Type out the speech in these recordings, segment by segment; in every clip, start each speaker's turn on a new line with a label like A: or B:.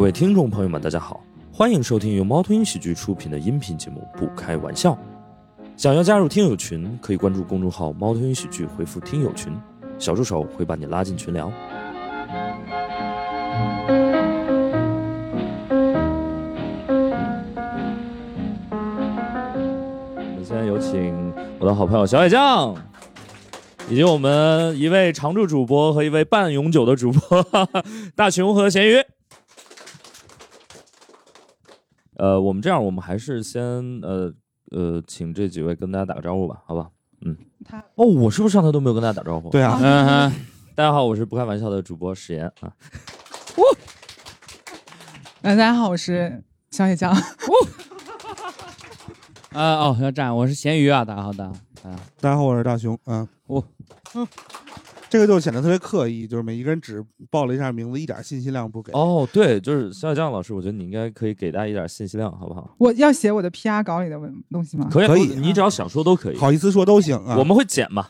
A: 位听众朋友们，大家好，欢迎收听由猫头鹰喜剧出品的音频节目《不开玩笑》。想要加入听友群，可以关注公众号“猫头鹰喜剧”，回复“听友群”，小助手会把你拉进群聊。我们现在有请我的好朋友小野酱，以及我们一位常驻主播和一位半永久的主播 大熊和咸鱼。呃，我们这样，我们还是先呃呃，请这几位跟大家打个招呼吧，好吧？嗯，
B: 他
A: 哦，我是不是上台都没有跟大家打招呼？
C: 对啊，
D: 嗯， 嗯
A: 大家好，我是不开玩笑的主播史岩啊。
B: 呃，大家好，我是小野酱。
D: 啊哦，要站，我是咸鱼啊，大家好，大家好，大家好。
C: 大家好，我是大熊。嗯，
D: 哦
C: 嗯，这个就显得特别刻意，就是每一个人只报了一下名字，一点信息量不给。
A: 哦，对，就是小野酱老师，我觉得你应该可以给大家一点信息量，好不好？
B: 我要写我的 PR 稿里的文东西吗？
A: 可以，啊
C: 可以
A: 你只要想说都可以。
C: 好意思说都行啊。
A: 我们会剪嘛？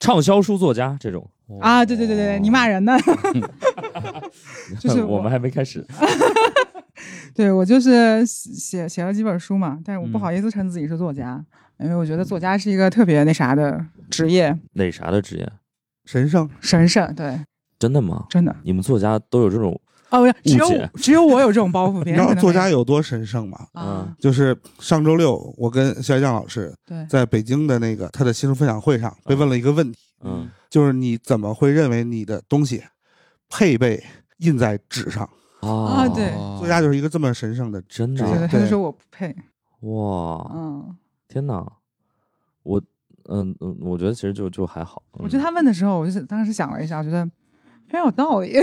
A: 畅销书作家这种，
D: 哦
B: 啊，对对对对对，你骂人呢？ 就是
A: 我
B: 我
A: 们还没开 始。
B: 对我就是写写了几本书嘛，但是我不
A: 嗯
B: 好意思称自己是作家，因为我觉得作家是一个特别那啥的职业，
A: 那啥的职业？
C: 神圣，
B: 神圣。对，
A: 真的吗？
B: 真的
A: 你们作家都有这种？
B: 哦，不是，只有
A: 误解
B: 只有我有这种包袱，别
C: 你知
B: 人可
C: 道
B: 能没
C: 作家有嗯多神圣吗？
B: 啊，
C: 就是上周六，我跟肖将老师
B: 对，
C: 在北京的那个他的新书分享会上，被问了一个问题，
A: 嗯，
C: 就是你怎么会认为你的东西配备印在纸上？
A: 啊
B: 啊对
C: 作家就是一个这么神圣的职
A: 真的
C: 职
B: 对
C: 业
B: 对，
A: 啊
B: 他就
C: 对
B: 说我不配，
A: 哇，
B: 嗯，
A: 天哪！我嗯嗯，我觉得其实就就还好。
B: 我觉得
A: 嗯
B: 他问的时候，我就是当时想了一下，我觉得非常有道理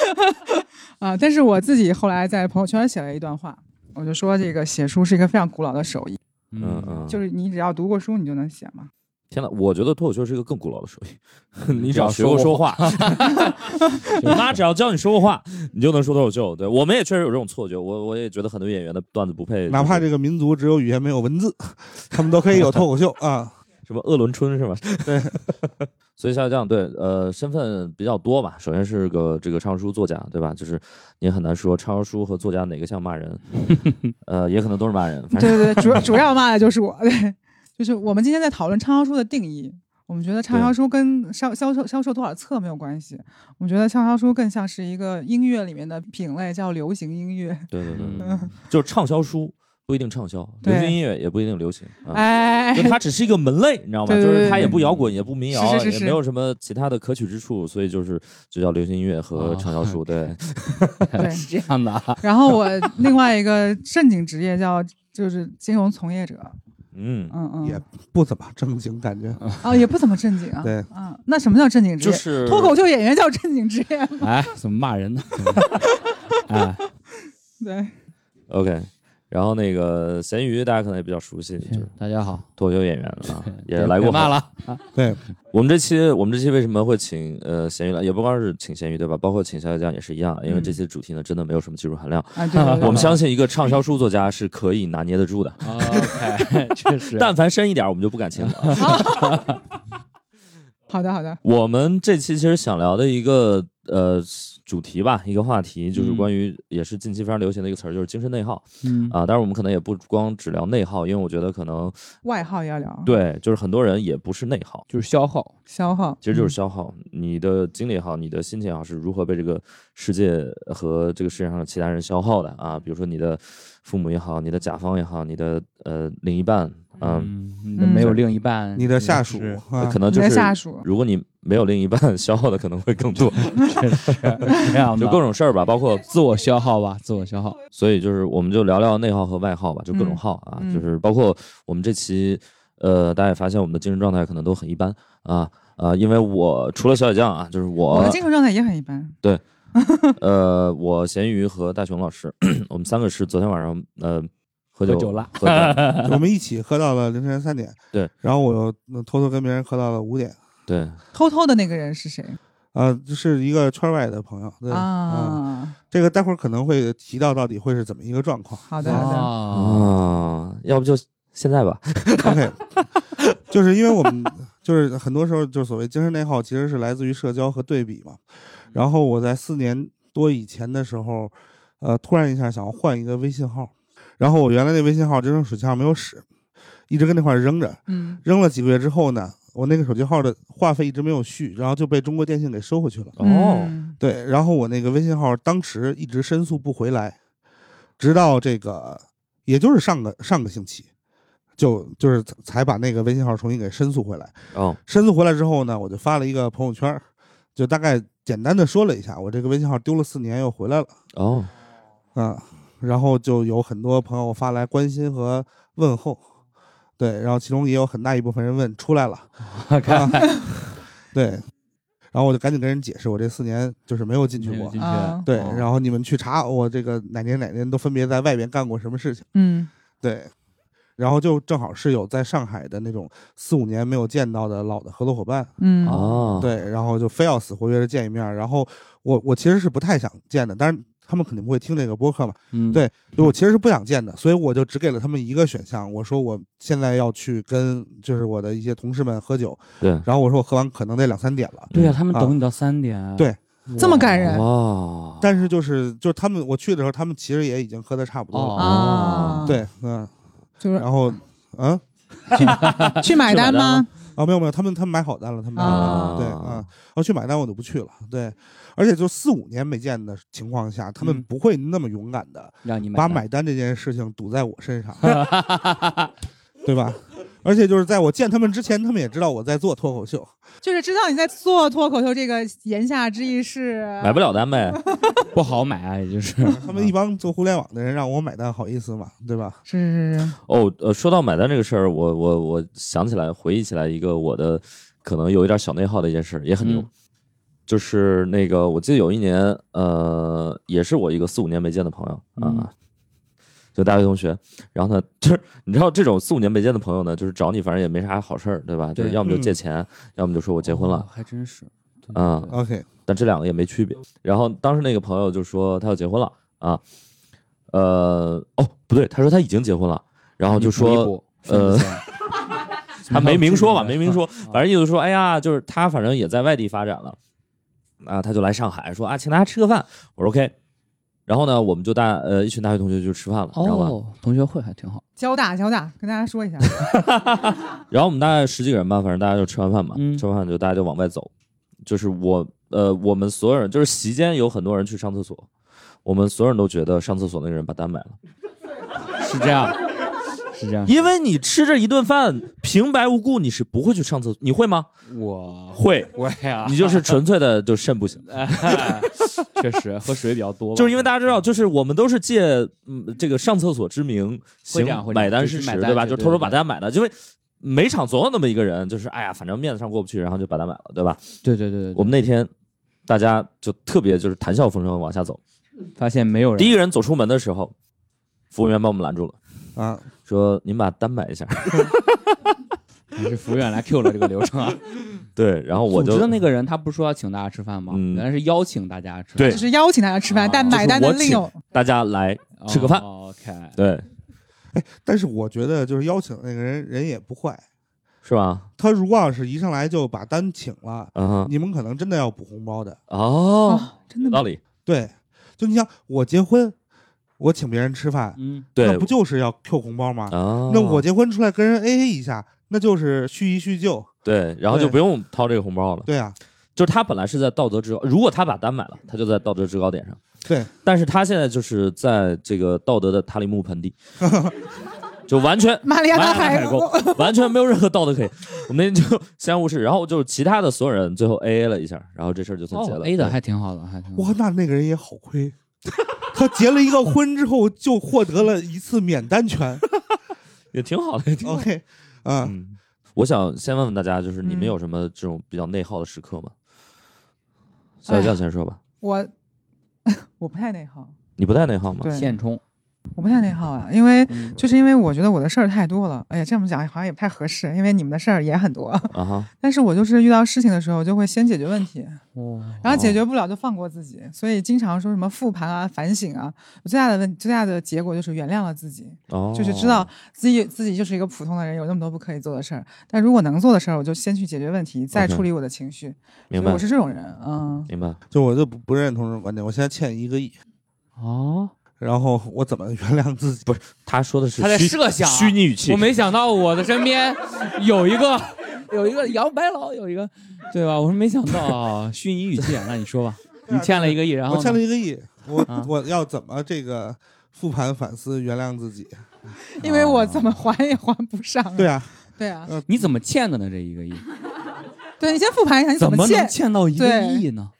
B: 啊。但是我自己后来在朋友圈写了一段话，我就说这个写书是一个非常古老的手艺，
A: 嗯嗯，
B: 就是你只要读过书，你就能写 嘛。
A: 天哪！我觉得脱口秀是一个更古老的手 艺，你只
D: 只要
A: 要学过
D: 说
A: 说话， 你妈只要教你说过话，你就能说脱口秀。对我们也确实有这种错觉，我我也觉得很多演员的段子不配，
C: 哪怕这个民族只有语言没有文字，他们都可以有脱 口秀啊。
A: 什么鄂伦春是吧？对， 所以下降对，呃，身份比较多吧。首先是个这个畅销书作家，对吧？就是你也很难说畅销书和作家哪个像骂 人，呃，也可能都是骂人。反正
B: 对对对，主主要骂的就是我，对，就是我们今天在讨论畅销书的定义。我们觉得畅销书跟销销售销售多少册没有关系，我们觉得畅销书更像是一个音乐里面的品类，叫流行音乐。
A: 对对对，
D: 嗯
A: 就是畅销书不一定畅销，流
B: 对
A: 行音乐也不一定流行啊。
B: 哎，
A: 就它只是一个门类，你知道吗？
B: 对
A: 就
B: 对
A: 是
B: 对
A: 它也
D: 对
A: 不摇滚，也不民谣，
B: 是是是
A: 也没有什么其他的可取之处，所以就是就叫流行音乐和
B: 哦
A: 畅销书。对，
B: 对
D: 是这样的啊，
B: 然后我另外一个正经职业叫就是金融从业者，
A: 嗯，
B: 嗯嗯，
C: 也不怎么正经，感觉
B: 啊也不怎么正经啊，
C: 对
B: 啊，那什么叫正经职
A: 就
B: 业？
A: 是
B: 脱口秀演员叫正经职业 吗？
D: 哎，怎么骂人呢？哎，
B: 对，
A: OK。然后那个咸鱼，大家可能也比较熟悉，就是
D: 大家好，
A: 脱口秀演员啊， 也
D: 别
A: 来过
D: 别骂
A: 好。
D: 了，
C: 对。
A: 我们这期我们这期为什么会请呃咸鱼来？也不光是请咸鱼对吧？包括请小野酱也是一样，因为
B: 嗯
A: 这些主题呢真的没有什么技术含量。
B: 啊对对对，
A: 我们相信一个畅销书作家是可以拿捏得住的，
D: OK，确 实，
A: 哦但凡深一点，我们就不敢请了。
B: 好的好的，
A: 我们这期其实想聊的一个呃主题吧，一个话题就是
D: 嗯
A: 关于也是近期非常流行的一个词儿，就是精神内耗
D: 嗯
A: 啊。当然，我们可能也不光只聊内耗，因为我觉得可能
B: 外号也要聊，，
A: 对，就是很多人也不是内耗，
D: 就是消耗，
B: 消耗
A: 其实就是消耗。你的精力也好，你的心情也好，是如何被这个世界和这个世界上的其他人消耗的啊？比如说你的父母也好，你的甲方也好，你的呃另一半，嗯，
D: 嗯，你的没有另一半，
C: 你的下属
D: 是
C: 啊
A: 可，能
B: 你
A: 就
B: 的
A: 是
B: 下属，
A: 如果你没有另一半， 消耗的可能会更多，
D: 这样的，
A: 就各种事儿吧，包括
D: 自我消耗吧，自我消耗，
A: 所以就是我们就聊聊内耗和外耗吧，就各种
B: 嗯
A: 耗啊，
B: 嗯
A: 就是包括我们这期，呃，大家也发现我们的精神状态可能都很一般啊。呃，因为我除了小野酱啊，就是
B: 我
A: 我
B: 的，精神状态也很一般，
A: 呃，我咸鱼和大熊老师， 我们三个是昨天晚上呃喝酒
D: 喝酒了
A: 喝酒 了
C: 我们一起喝到了凌晨三点，
A: 对，
C: 然后我又嗯偷偷跟别人喝到了五点，
A: 对，
B: 偷偷的那个人是谁
C: 啊，就是一个圈外的朋友，对嗯
B: 啊？
C: 这个待会儿可能会提到到底会是怎么一个状况。
B: 好的好的，
D: 啊，
A: 啊，要不就现在吧，
C: OK，就是因为我们就是很多时候就是所谓精神内耗，其实是来自于社交和对比嘛。然后我在四年多以前的时候，呃，突然一下想要换一个微信号，然后我原来那微信号真正水气号没有使，一直跟那块儿扔着，
B: 嗯，
C: 扔了几个月之后呢，我那个手机号的话费一直没有续，然后就被中国电信给收回去了。
A: 哦，
B: 嗯
C: 对，然后我那个微信号当时一直申诉不回来，直到这个，也就是上个上个星期，就就是才把那个微信号重新给申诉回来。
A: 哦，
C: 申诉回来之后呢，我就发了一个朋友圈儿，就大概简单的说了一下，我这个微信号丢了四年又回来了
A: 哦，
C: 啊、然后就有很多朋友发来关心和问候，对，然后其中也有很大一部分人问出来了。 啊
D: 看
C: 对，然后我就赶紧跟人解释，我这四年就是没有进去
D: 没有
C: 过
D: 进。
B: 啊，
C: 对，
D: 哦
C: 然后你们去查我这个哪年哪年都分别在外边干过什么事情。
B: 嗯
C: 对，然后就正好是有在上海的那种四五年没有见到的老的合作伙伴，
B: 嗯，
A: 哦，，
C: 对，然后就非要死活约着见一面儿。然后我我其实是不太想见的，但是他们肯定不会听这个播客嘛，
D: 嗯，
C: 对就我其实是不想见的，所以我就只给了他们一个选项，我说我现在要去跟就是我的一些同事们喝酒，
A: 对，
C: 然后我说我喝完可能得两三点了。
D: 对呀，他们
C: 啊
D: 等你到三点，
C: 对
B: 这么感人
A: 哇，
C: 但是就是就是他们我去的时候，他们其实也已经喝的差不多了。
D: 哦
B: 啊，，
C: 对，嗯，
B: 就是
C: 然后，嗯，
B: 去买单吗？
C: 啊，没有没有，他们他们买好单了，他们买好单了，
A: 啊，
C: 对，啊，，要去买单我就不去了，对，而且就四五年没见的情况下，他们
D: 嗯
C: 不会那么勇敢的
D: 让你
C: 把
D: 买
C: 买单这件事情赌在我身上，对吧？而且就是在我见他们之前，他们也知道我在做脱口秀，
B: 就是知道你在做脱口秀，这个言下之意是
A: 买不了单呗，
D: 不好买，也就是
C: 他们一帮做互联网的人让我买单，好意思吗？对吧？
B: 是是是，
A: 哦，呃，说到买单这个事儿，我我我想起来，回忆起来一个我的可能有一点小内耗的一件事，也很牛。
D: 嗯
A: 就是那个，我记得有一年，呃，也是我一个四五年没见的朋友啊，
D: 嗯
A: 就大学同学。然后呢，就是你知道这种四五年没见的朋友呢，就是找你，反正也没啥好事儿，对吧？就是
D: 对
A: 要么就
C: 嗯
A: 借钱，要么就说我结婚了
D: 哦，还真是，对
A: 嗯，
D: 对对
C: OK，
A: 但这两个也没区别。然后当时那个朋友就说他要结婚了啊，呃，哦，不对，他说他已经结婚了，然后就
D: 弥
A: 说呃
D: 补分一下
A: 他没明 说吧，没明，
D: 怎么还有这个人
A: 说，反正意思就是说，哎呀，就是他反正也在外地发展了，啊，他就来上海说啊，请大家吃个饭，我说 OK，然后呢，我们就大呃一群大学同学就吃饭了，知道吧？
D: 哦，同学会还挺好，
B: 交大交大，跟大家说一下，
A: 然后我们大概十几个人吧，反正大家就吃完饭嘛，
D: 嗯
A: 吃完饭就大家就往外走，就是我呃我们所有人就是席间有很多人去上厕所，我们所有人都觉得上厕所那个人把单买了。
D: 是这样， 是这样，
A: 因为你吃这一顿饭，平白无故你是不会去上厕所，你会吗？
D: 我
A: 会，
D: 我呀，
A: 你就是纯粹的就肾不行，
D: 哎 确实喝水比较多吧，
A: 就是因为大家
D: 嗯
A: 知道，就是我们都是借嗯这个上厕所之名
D: 会
A: 行
D: 这样会这样
A: 买单
D: 就是是
A: 实
D: 买单
A: 对吧？
D: 是
A: 就
D: 对
A: 偷偷
D: 对
A: 把单买的，因为每场总有那么一个人，就是哎呀，反正面子上过不去，然后就把单买了，对吧？
D: 对对对对，对
A: 我们那天大家就特别就是谈笑风生地往下走，
D: 发现没有人，
A: 第一个人走出门的时候，服务员把我们拦住了，
C: 啊，
A: 说您把单买 一下。
D: 还是服务员来 Q 了这个流程啊。
A: 对，然后 我
D: 组
A: 就
D: 织的那个人他不是说要请大家吃饭吗？
A: 嗯
D: 原来是邀请大家吃饭，
A: 对
B: 就是邀请大家吃饭，但买单的另有
A: 大家来
D: 哦
A: 吃个饭
D: OK，
A: 对
C: 但是我觉得就是邀请那个人人也不坏，
A: 是吧？
C: 他如果要是一上来就把单请了，
A: 嗯哼
C: 你们可能真的要补红包的。
A: 哦。
B: 哦，真的
A: 有道
B: 吗？
A: 理，
C: 对，就你想我结婚，我请别人吃饭，
D: 嗯，
A: 对
C: 那不就是要 Q 红包吗？
A: 啊？
C: 那我结婚出来跟人 AA 一下，那就是叙一叙旧。
A: 对，然后就
C: 对
A: 不用掏这个红包了。
C: 对啊，
A: 就是他本来是在道德制高，如果他把单买了，他就在道德制高点上。
C: 对，
A: 但是他现在就是在这个道德的塔里木盆 地，就完全
B: 马里亚纳
A: 马里亚纳海沟
B: 沟，
A: 完全没有任何道德可以。 我们那天就相安无事，然后就是其他的所有人最后 A A 了一下，然后这事儿就算结
D: 哦
A: 了。
D: ，A 的还挺好的，还挺好
C: 哇，那那个人也好亏， 他结了一个婚之后就获得了一次免单权。
A: 也挺好的，也
B: 哦
A: 挺好的。
C: OK，啊，
A: 嗯， 我想先问问大家，就是你们
B: 嗯
A: 有什么这种比较内耗的时刻吗？小酱先说
B: 哎
A: 吧，
B: 我我不太内耗，
A: 你不太内耗吗？
B: 对
D: 的，，现充，
B: 我不太内耗啊，因为
D: 嗯
B: 就是因为我觉得我的事儿太多了。哎呀，这么讲好像也不太合适，因为你们的事儿也很多。
A: 啊哈，
B: 但是我就是遇到事情的时候，就会先解决问题，
D: 哦，
B: 然后解决不了就放过自己。所以经常说什么复盘啊、反省啊，我最大的问最大的结果就是原谅了自己，
A: 哦，
B: 就是知道自己自己就是一个普通的人，有那么多不可以做的事儿。但如果能做的事儿，我就先去解决问题，再
A: OK
B: 处理我的情绪。所以
A: 明白
B: 我是这种人，嗯，
A: 明白。
C: 就我就不不认同这种观点，我现在欠一个亿，
D: 哦，
C: 然后我怎么原谅自己？不是，
A: 他说的是
D: 他在
A: 虚
D: 设想啊
A: 虚拟语气
D: 我。没想到我的身边有一 个有一个杨白劳，有一个对吧？我说没想到啊， 虚拟语气啊，那你说 吧，你欠了一个亿，然后
C: 我
D: 呢
C: 欠了一个亿，我、
D: 啊
C: 我要怎么这个复盘反思原谅自己？
B: 因为我怎么还也还不上。
C: 对啊，
B: 对啊，
D: 你怎么欠的呢？这一 个亿
B: 对你先复盘一下你
D: 么能
B: 欠。
D: 欠到一个亿呢？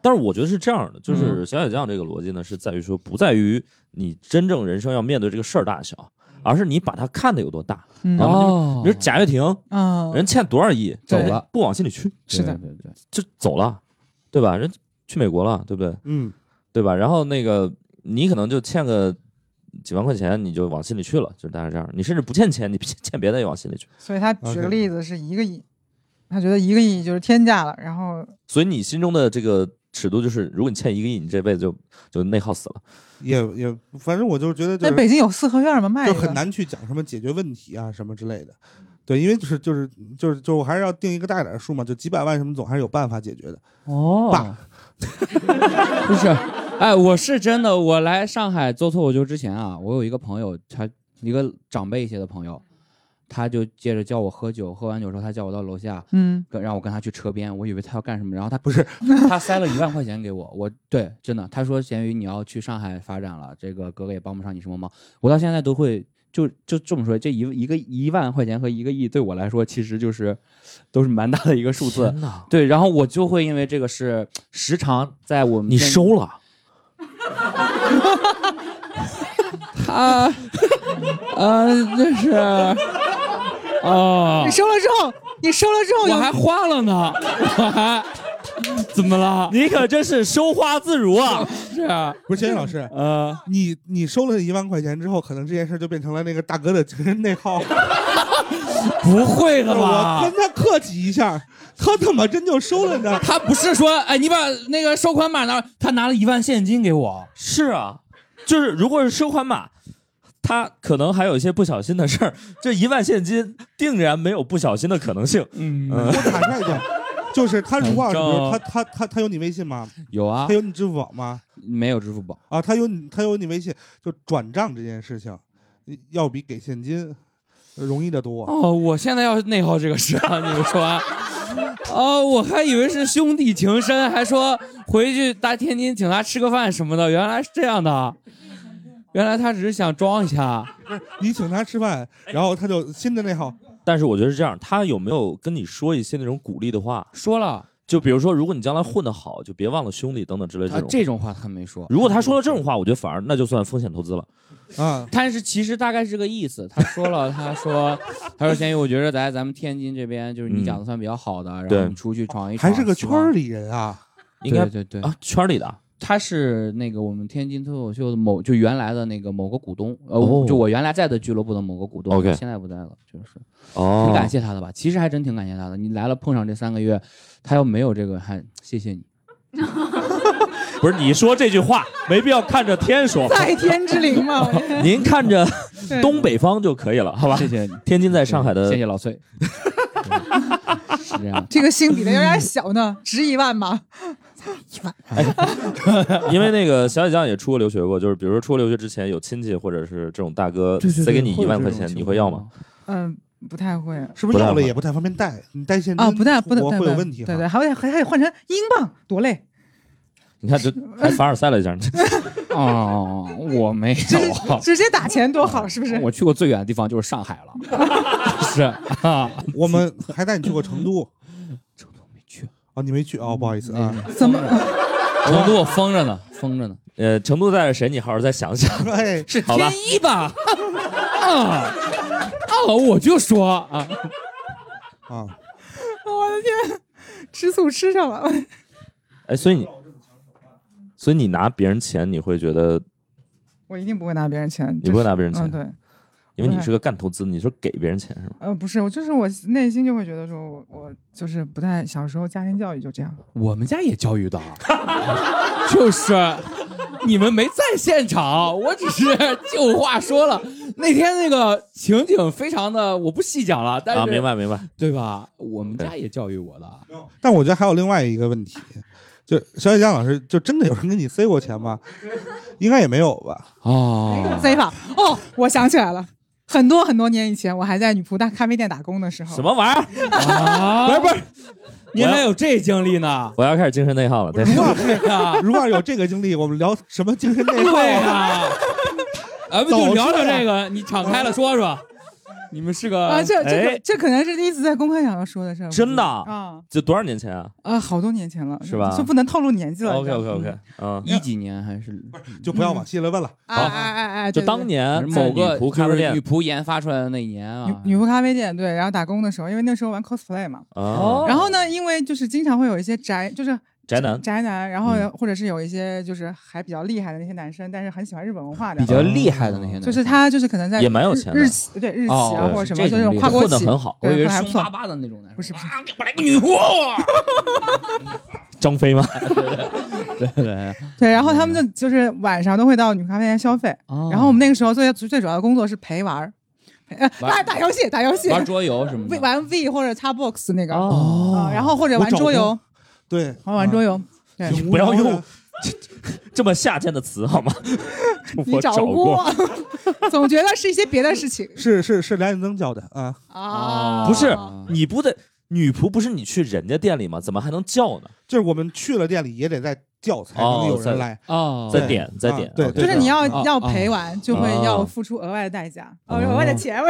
A: 但是我觉得是这样的，就是小野酱这个逻辑呢，是在于说，不在于你真正人生要面对这个事儿大小，而是你把它看得有多大。
B: 嗯
A: 然后
D: 哦
A: 比如贾跃亭，
B: 嗯，
A: 人欠多少亿，
B: 对
A: 走了，不往心里去，
B: 是的，
D: 对对对，
A: 就走了，对吧？人去美国了，对不对？
C: 嗯，
A: 对吧？然后那个你可能就欠个几万块钱，你就往心里去了，就是大概这样。你甚至不欠钱，你欠欠别的也往心里去。
B: 所以他举个例子是一个亿，他觉得一个亿就是天价了，然后
A: 所以你心中的这个尺度就是，如果你欠一个亿，你这辈子就就内耗死了。
C: 也也，反正我就觉得就
B: 那
C: 是
B: 北京有四合院吗？卖一
C: 就
B: 个
C: 很。难去讲什么解决问题啊什么之类的。对，因为就是就是就是就我还是要定一个大一点的数嘛，就几百万什么总还是有办法解决的。
D: 哦， 不是，哎，我是真的，我来上海做脱口秀之前啊，我有一个朋友，他一个长辈一些的朋友，他就接着叫我喝酒，喝完酒之后，他叫我到楼下，
B: 嗯，
D: 跟让我跟他去车边，我以为他要干什么，然后他
C: 不是
D: 他塞了一万块钱给我，我对真的，他说咸鱼你要去上海发展了，这个哥哥也帮不上你什么忙，我到现在都会就就这么说，这一一个一万块钱和一个亿对我来说其实就是都是蛮大的一个数字，
A: 天哪，
D: 对，然后我就会因为这个是时常在我们
A: 你
D: 面
A: 收了，
D: 他，呃，就是哦
B: 你，收了之后，你收了之后
D: 啊我
B: 有
D: 还花了呢，我还怎么了？
A: 你可真是收花自如啊！
D: 是
C: 不是，金老师，
D: 呃。
C: 你你收了一万块钱之后，可能这件事就变成了那个大哥的精神内 耗。
D: 不会的
C: 我
D: 吧
C: 跟？他客气一下，他怎么真就收了呢？
D: 他不是说，哎，你把那个收款码拿，他拿了一万现金给我。
A: 是啊，就是如果是收款码，他可能还有一些不小心的事儿。这一万现金定然没有不小心的可能性。
D: 嗯，
C: 我坦率 讲，就是他如果要是比如
D: 反
C: 他
D: 正
C: 他他他有你微信吗？
D: 有啊
C: 他，有你支付宝吗？
D: 没有支付宝，
C: 啊，他有你他有你微信，就转账这件事情，要比给现金容易得多。
D: 哦，我现在要内耗这个事啊！你们说 完，哦，我还以为是兄弟情深，还说回去搭天津请他吃个饭什么的，原来是这样的，原来他只是想装一下。
C: 你请他吃饭，然后他就新的内耗。
A: 但是我觉得是这样，他有没有跟你说一些那种鼓励的话？
D: 说了，
A: 就比如说，如果你将来混得好，就别忘了兄弟等等之类这
D: 啊，
A: 种。
D: 这种话他没说。
A: 如果他说了这种话，我觉得反而那就算风险投资了。
C: 啊，
D: 但是其实大概是这个意思。他说了，他说，他说咸鱼，我觉得在咱们天津这边，就是你
A: 嗯
D: 讲的算比较好的，然
A: 对
D: 后你出去闯一闯，
C: 还是个
D: 希
C: 圈
D: 望
C: 儿，里人啊，
A: 应该
D: 对对对，
A: 啊，圈里的啊
D: 他是那个我们天津脱口秀的某就原来的那个某个股东，呃，
A: 哦
D: 就我原来在的俱乐部的某个股东
A: OK
D: 现在不在了，就是
A: 哦
D: 挺感谢他的吧。其实还真挺感谢他的，你来了碰上这三个月，他要没有这个，还谢谢你。
A: 不是你说这句话没必要看着天说，
B: 在天之灵嘛？我觉得
A: 您看着
B: 对
A: 东北方就可以了，好吧？
D: 谢谢 你，
A: 天津在上海的
D: 谢谢老崔， 是这样。
B: 这个心比的有点小呢，值一万吧？
A: 因为那个小野酱也出国留学过，就是比如说出国留学之前有亲戚或者是这种大哥
C: 对对对
A: 塞给你
C: 会
A: 一
C: 有
A: 万块
C: 这种
A: 钱，
C: 情
A: 你会要
C: 况
A: 吗？
B: 嗯，不太会
C: 是不
A: 不
C: 是
A: 太
C: 要了
A: 好
C: 也不太方便带？你带现金
B: 啊，不太不太
C: 我
B: 不太
C: 会有
B: 会
C: 问题哈。
B: 对对，还得还还得换成英镑，多累！
A: 你看这还凡尔赛了一下，
D: 哦，我 没
B: 直
D: 有，啊
B: 直接打钱多好，是不是？
D: 我去过最远的地方就是上海了， 是啊，
C: 我们还带你去过成都
D: 没去，
C: 哦，你没去哦，不好意思啊。
B: 怎么？
D: 成都我封着呢，封着呢，
A: 呃，成都带着谁？你好好再想想。
C: 哎，
D: 是
A: 好吧
D: 天一吧？啊啊！我就说啊，
C: 啊，
B: 我的天，吃醋吃上了！
A: 哎，所以你，所以你拿别人钱，你会觉得
B: 我一定不会拿别人钱，
A: 你不会拿别人
B: 就是嗯，
A: 钱，
B: 对。
A: 因为你是个干投资，你说给别人钱是吗？
B: 呃，不是，我就是我内心就会觉得说我，我就是不太小时候家庭教育就这样。
D: 我们家也教育的，就是你们没在现场，我只是 旧话说了。那天那个情景非常的，我不细讲了，但是、
A: 啊，明白明白，
D: 对吧？我们家也教育我的，
C: 但我觉得还有另外一个问题，就小雪佳老师，就真的有人给你塞过钱吗？应该也没有吧？
D: 哦，
B: 贼法哦，我想起来了，很多很多年以前，我还在女仆大咖啡店打工的时候，
A: 什么玩意儿？
D: 啊
A: 不是不是，
D: 您还有这经历呢？
A: 我要开始精神内耗了。对，
C: 如果
D: 对呀，
C: 如果有这个经历，我们聊什么精神内耗
D: 对
C: 啊？
D: 呀，咱们就聊聊这个，你敞开了说说，你们是个
B: 啊？这这
A: 哎
B: 个这可能是第一次在公开场合说的事儿，
A: 真的
B: 啊
A: 这多少年前啊
B: 啊，好多年前了，
A: 是吧
B: 就不能透露年纪了。
A: ？OK OK
B: 你知道
A: OK，
B: 吗
A: 嗯，
D: 一几年还是
C: 就不要往细了问了。
B: 嗯哎哎哎哎，对
A: 就
B: 对
A: 当
B: 对
A: 年
D: 反正
A: 在
D: 某
A: 女
D: 个
A: 仆咖啡
D: 就是
A: 店
D: 女仆研发出来的那一年啊？
B: 女女仆咖啡店对，然后打工的时候，因为那时候玩 cosplay 嘛，
A: 啊，
B: 然后呢，因为就是经常会有一些宅，就是
A: 宅男
B: 宅男，然后
A: 嗯
B: 或者是有一些就是还比较厉害的那些男生，但是很喜欢日本文化的
D: 比，较厉害的那些男生，
B: 就是他就是可能在
A: 也蛮有
B: 日
A: 钱的
B: 日企对日企
D: 哦
B: 啊
A: 对
B: 或者什
D: 是
B: 么，
D: 这
B: 就
D: 种
B: 是
D: 厉
B: 跨
D: 害
B: 国
A: 混得
B: 企
A: 很好，
B: 对
D: 我以为
B: 还
D: 凶
B: 不错
D: 巴巴的那种男生，
B: 不是不是
D: 啊，我来个女仆，啊
A: 张飞吗？
D: 对对对，
B: 对，然后他们就就是晚上都会到女咖啡店消费，
D: 哦
B: 然后 我们那个时候最最主要的工作是陪玩儿，陪呃
D: 玩
B: 打打游戏打游戏，
D: 玩桌游什么
B: V
D: 的，
B: 玩 V 或者 Xbox 那个，
A: 哦
B: 啊然后或者
C: 我
B: 玩
C: 找嗯
B: 桌游，
C: 对，
B: 玩玩桌游，对
C: 挺无
A: 不要
C: 聊的
A: 用这么下贱的词好吗？
B: 你
A: 我
B: 找
A: 找过，，
B: 总觉得是一些别的事情
C: 是是是梁永增教的啊，
D: 哦
B: 啊，
A: 不是
D: 啊
A: 你不得女仆不是你去人家店里吗？怎么还能叫呢？
C: 就是我们去了店里也得再叫才能
A: 哦
C: 有人
A: 在
C: 来。
D: 哦，
A: 再
C: 对
A: 点再
C: 啊
A: 点，
C: 对
A: OK
B: 就是你要
D: 啊
B: 要
D: 啊
B: 陪玩，就会要付出额外的代价，呃
A: 啊
B: 额外的钱，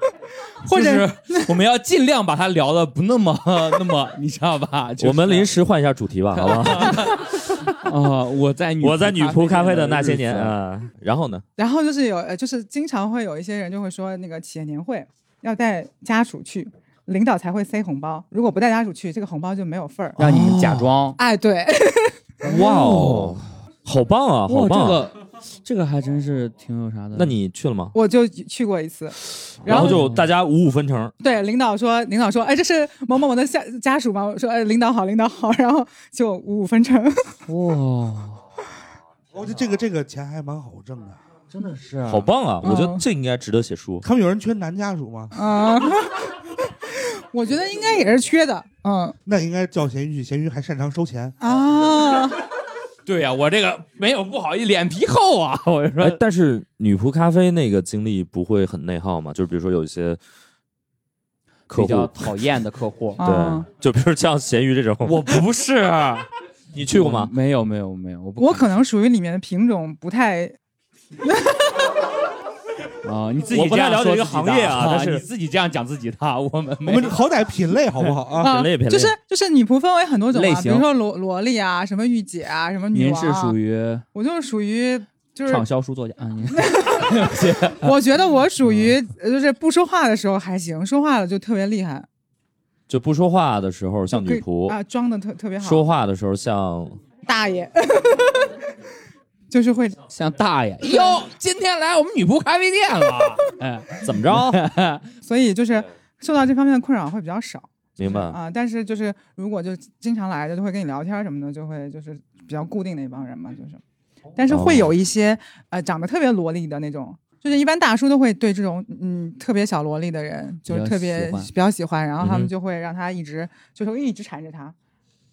B: 或
D: 就
B: 者
D: 是我们要尽量把它聊的不那么 那么，你知道吧？就是
A: 我们临时换一下主题吧，好不好？
D: 啊，我在女
A: 我在女仆咖啡的
D: 的
A: 那些
D: 日子
A: 年，啊，然后呢？
B: 然后就是有呃就是经常会有一些人就会说那个企业年会要带家属去，领导才会塞红包，如果不带家属去，这个红包就没有份儿。
D: 让你们假装
B: 哎，对，
A: 哇哦，好棒啊，好
D: 哇，这
A: 棒啊！
D: 个这个还真是挺有啥的。
A: 那你去了吗？
B: 我就去过一次，
A: 然
B: 后
A: 后就大家五五分成，
B: 对，领导说，领导说，哎，这是某某某的下家属吗？我说，哎，领导好，领导好，然后就五五分成。
D: 哇，
C: 我觉得这
D: 哦
C: 个这个钱还蛮好挣的。
D: 真的是
A: 好棒啊！我觉得
B: 嗯
A: 这应该值得写书。
C: 他们有人缺男家属吗？
B: 啊， 我觉得应该也是缺的，嗯
C: 那应该叫咸鱼去，咸鱼还擅长收钱。
B: 啊，
D: 对呀，我这个没有不好意思，脸皮厚啊！我就
A: 哎
D: 说，
A: 但是女仆咖啡那个经历不会很内耗吗？就是比如说有一些客
D: 比较
A: 户，
D: 讨厌的客户，
A: 对
B: 啊，
A: 就比如像咸鱼这种，
D: 我不是 啊
A: 你去过吗？
D: 没有没有没有，我不
B: 我可能属于里面的品种不太，
D: 啊，你自己
A: 我不
D: 这样
A: 太了解
D: 说
A: 这个
D: 自己
A: 行
D: 的
A: 业啊但是
D: 你自己这样讲自己的，啊我们
C: 我
D: 没
C: 们好歹品类好不 好啊？
B: 啊
A: 品类品类
B: 就是就是女仆分为很多种
D: 类
B: 啊，
D: 型
B: 比如说萝萝莉啊，什么御姐啊，什么女
D: 您
B: 王
D: 是
B: 啊
D: 属，于
B: 我就是属于。就是
D: 畅销书作家啊， 您
B: 我觉得我属于，
D: 嗯
B: 呃就是不说话的时候还行，说话了就特别厉害，
A: 就不说话的时候像
B: 可
A: 女
B: 以
A: 仆，
B: 啊，装的特特别好。
A: 说话的时候像
B: 大爷， 就是会
D: 像大爷哟，哎今天来我们女仆咖啡店了， 哎，
A: 怎么着？
B: 所以就是受到这方面的困扰会比较少
A: 明
D: 嗯
A: 白？
B: 啊。但是就是如果就经常来的，就会跟你聊天什么的，就会就是比较固定的一帮人嘛，就是。但是
D: 哦
B: 会有一些、呃长得特别萝莉的那种，就是一般大叔都会对这种嗯特别小萝莉的人就是
D: 比较
B: 特别
D: 喜欢
B: 比较喜欢，然后他
A: 嗯
B: 们
A: 哼
B: 就会让他一直、就是会一直缠着他。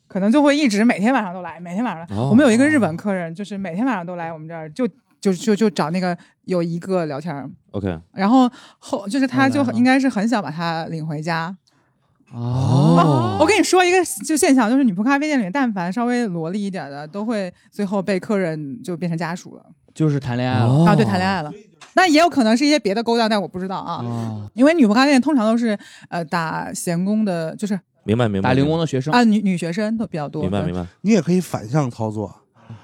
B: 可能就会一直每天晚上都来，每天晚上都来。
A: 哦
B: 我们有一个日本客人，就是每天晚上都来我们这儿，就就就就找那个有一个聊天儿，
A: OK，
B: 然后后就是他就
D: 来了
B: 应该是很想把他领回家。
D: 哦
B: 我跟你说一个就现象，就是女仆咖啡店里面，但凡稍微萝莉一点的，都会最后被客人就变成家属了
D: 就是谈恋爱了
A: 哦
B: 啊，对，谈恋爱了。那也有可能是一些别的勾当，但我不知道啊，
D: 啊，
B: 因为女仆咖啡店通常都是呃打闲工的，就是
A: 明白明白。
D: 打零
A: 明
D: 工的学生，
B: 啊女女学生都比较多。
A: 白，明白明
B: 白。
A: 白。
C: 你也可以反向操作，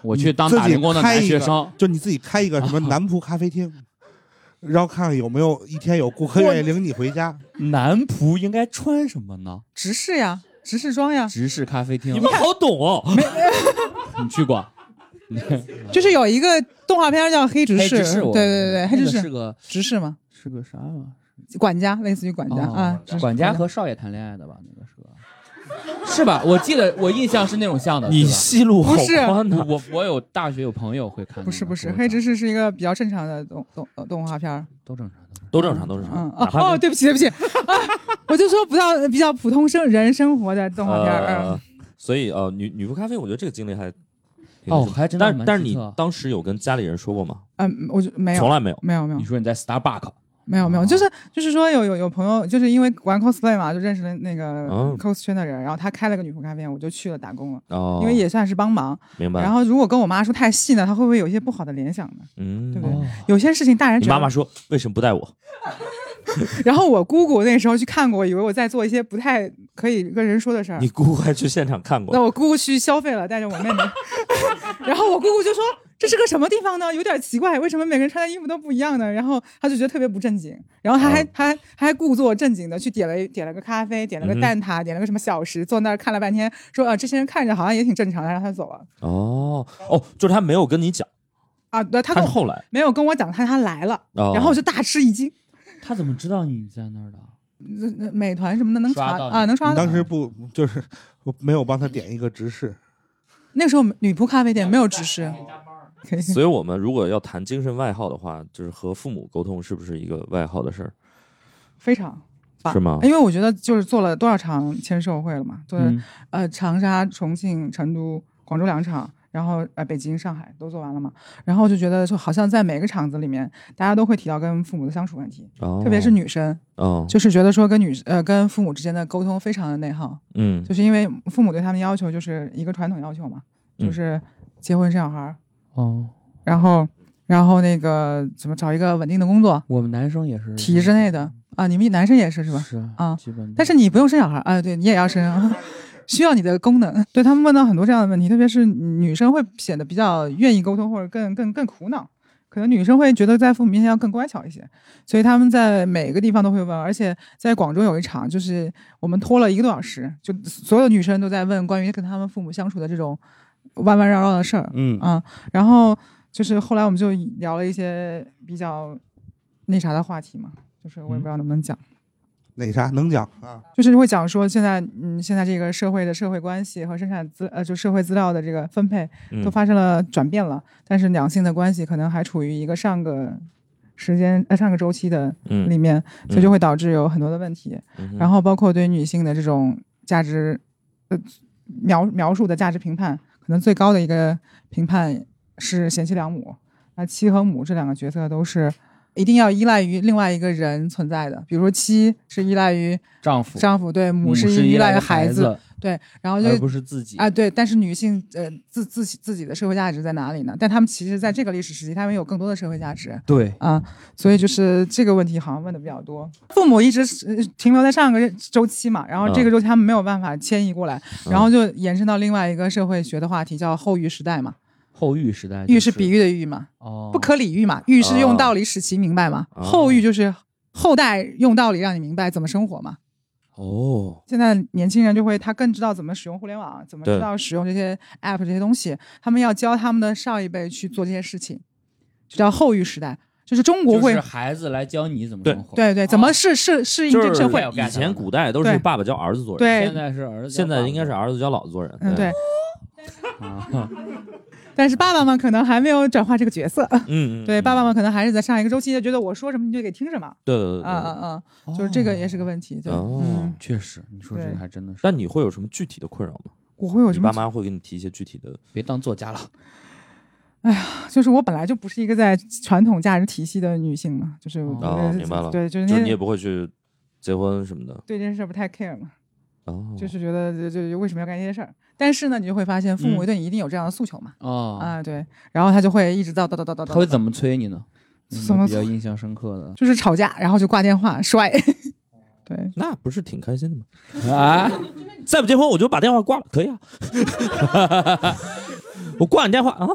D: 我去当打零工的男学生，
C: 就你自己开一个 什么男仆咖啡厅，然后看看有没有一天有顾客愿意领你回家。
D: 男仆应该穿什么呢？
B: 执事呀，执事装呀，
D: 直视咖啡厅，
A: 你们好懂哦，
D: 你去过？
B: 就是有一个动画片叫《黑执
D: 黑
B: 事》，
D: 执事，
B: 对
D: 我
B: 对对，黑执
D: 那个是
B: 事
D: 个
B: 执事嘛，
D: 是个啥玩意儿？
B: 管家类似于管家
D: 哦
B: 啊，执事
D: 管家和少爷谈恋爱的吧？那个是个，是吧？我记得我印象是那种像的，
A: 你
D: 是吧
A: 戏路好
B: 不是
A: 宽呐。
D: 我我有大学有朋友会看那个，
B: 不是不是，
D: 我
B: 黑执
D: 讲
B: 事是一个比较正常的动动呃动画片儿。
D: 都正常，都正常。
A: 都正常，都正常
B: 嗯。
A: 哪
B: 哦
A: 怕
B: 哦， 对不起对不起，啊、我就说不到比较普通生人生活的动画片儿。
A: 呃
B: 嗯，
A: 所以呃，女女仆咖啡，我觉得这个经历还挺
D: 哦
A: 有意思
D: 还真的
A: 但是
D: 蛮
A: 但是
D: 奇
A: 你
D: 特
A: 当时有跟家里人说过吗？
B: 嗯，我就没有，
A: 从来没啊有。
B: 没有没有
D: 你说你在 Starbucks，
B: 没有没有，
D: 哦
B: 就是就是说有有有朋友就是因为玩 cosplay 嘛，就认识了那个
A: 哦
B: cos 圈的人，然后他开了个女仆咖啡店，我就去了打工了，
A: 哦，
B: 因为也算是帮忙。
A: 明白。
B: 然后如果跟我妈说太细呢，她会不会有一些不好的联想呢？
A: 嗯，
B: 对不对哦有些事情大人
A: 你
B: 觉得
A: 妈妈说为什么不带我？
B: 然后我姑姑那时候去看过，以为我在做一些不太可以跟人说的事儿
A: 你。姑姑
B: 嗯
A: 还去现场看过
B: 那。我姑姑去消费了，带着我妹妹， 然后我姑姑就说：“这是个什么地方呢？有点奇怪，为什么每个人穿的衣服都不一样呢？”然后她就觉得特别不正经，然后她还、
A: 哦
B: 她还她还故作正经的去点了一点了个咖啡，点了个
A: 嗯哼
B: 蛋挞，点了个什么小食，坐那儿看了半天，说：“啊，这些人看着好像也挺正常的。”然后她走了。
A: 哦哦，就是她没有跟你讲，
B: 啊，对，她
A: 她
B: 跟
A: 是
B: 我
A: 后来。
B: 没有跟我讲她她来了，
A: 哦
B: 然后我就大吃一惊。
D: 他怎么知道你在那儿的？
B: 呃美团什么的能
D: 刷
B: 查
D: 到你
B: 啊，能
C: 你
B: 刷到
D: 当。
C: 当时不就是我没有帮他点一个直视，
B: 那时候女仆咖啡店没有指示，可以。
A: 所以我们如果要谈精神外耗的话，就是和父母沟通是不是一个外耗的事儿？
B: 非常棒，
A: 是吗
B: 因为我觉得就是做了多少场签售会了嘛，对，
D: 嗯
B: 呃，长沙、重庆、成都、广州两场，然后呃，北京、上海都做完了嘛，然后就觉得就好像在每个场子里面，大家都会提到跟父母的相处问题，
A: 哦，
B: 特别是女生，
A: 哦，
B: 就是觉得说跟女呃跟父母之间的沟通非常的内耗，
A: 嗯
B: 就是因为父母对他们的要求就是一个传统要求嘛，就是结婚生小孩儿，
D: 哦，
B: 然后然后那个怎么找一个稳定的工作，
D: 我们男生也是
B: 体制之内的啊，你们男生也是是吧？
D: 是
B: 啊
D: 基本的。
B: 但是你不用生小孩儿啊，对你也要生 啊，需要你的功能。对他们问到很多这样的问题，特别是女生会显得比较愿意沟通，或者更更更苦恼。可能女生会觉得在父母面前要更乖巧一些，所以他们在每个地方都会问，而且在广州有一场，就是我们拖了一个多小时，就所有女生都在问关于跟他们父母相处的这种弯弯绕绕的事儿。
C: 嗯
B: 啊，然后就是后来我们就聊了一些比较那啥的话题嘛，就是我也不知道能不能讲。
C: 那啥能讲啊？
B: 就是会讲说现在，嗯，现在这个社会的社会关系和生产资呃，就社会资料的这个分配
A: 嗯
B: 都发生了转变了，但是两性的关系可能还处于一个上个时间呃上个周期的里
A: 嗯，
B: 面，所以就会导致有很多的问题，然
A: 后
B: 后包括对女性的这种价值呃描描述的价值评判，可能最高的一个评判是贤妻良母，那妻和母这两个角色都是。一定要依赖于另外一个人存在的，比如说妻是依赖于
D: 丈夫
B: 丈夫对母
D: 母
B: 是
D: 是
B: 依赖于
D: 于
B: 孩
D: 子，，
B: 对，然后
D: 而
B: 就
D: 不是自己
B: 啊对，但是女性呃自自自己的社会价值在哪里呢？但他们其实在这个历史时期，他们有更多的社会价值
D: 对，
B: 啊，所以就是这个问题好像问的比较多。父母一直是呃停留在上个周期嘛，然后这个周期他们没有办法迁移过来，然后就延伸到另外一个社会学的话题，叫后育时代嘛，
D: 后育时代就
B: 育是比喻的喻嘛，
D: 哦，
B: 不可理喻嘛，喻是
A: 哦
B: 用道理使其明白嘛，
A: 哦
B: 后育就是后代用道理让你明白怎么生活嘛。
A: 哦，
B: 现在年轻人就会，他更知道怎么使用互联网，怎么
A: 对
B: 知道使用这些 app 这些东西。他们要教他们的上一辈去做这些事情，就叫后育时代。就是中国
D: 就
B: 会，
D: 是孩子来教你怎么
A: 对
D: 生活。哦
B: 对对，怎么适适适应这
A: 啊就
B: 个
A: 是
B: 社会？
A: 以前古代都是
B: 对
A: 爸爸教儿子做人，
D: 现
B: 对，
D: 在是儿子，
A: 现在应该是儿子教老子做人。
B: 嗯对，
D: 啊，
B: 但是爸爸们可能还没有转化这个角色，
A: 嗯嗯，
B: 对，
A: 嗯
B: 爸爸们可能还是在上一个周期，就觉得我说什么你就得听什么，
A: 对对对
B: 啊啊
A: 对。
B: 啊，嗯就是这个也是个问题，对，
A: 哦
B: 嗯，
D: 确实，你说这个
B: 对
D: 还真的是，
A: 但你会有什么具体的困扰吗？
B: 我会有
A: 你
B: 什
A: 爸
B: 么？
A: 妈会给你提一些具体的？
D: 别当 作家了。
B: 就是我本来就不是一个在传统价值体系的女性嘛，就是我
A: 哦
B: 呃
A: 明白了
B: 对，就是
A: 就是
B: 那
A: 你也不会去结婚什么的。
B: 对这件事不太 care 嘛。
A: 哦，
D: 嗯
B: 就是觉得就就就为什么要干这些事儿。但是呢，你就会发现父母
D: 嗯
B: 对你一定有这样的诉求嘛，
D: 哦，
B: 啊对，然后他就会一直叨叨叨叨叨叨，
D: 他会怎么催你 呢？有没有
B: 怎么
D: 比较印象深 刻的
B: 就是吵架，然后就挂电话摔， 对，
A: 那不是挺开心的吗？
D: 啊？
A: 再不结婚我就把电话挂了，可以啊。 我挂你电话啊。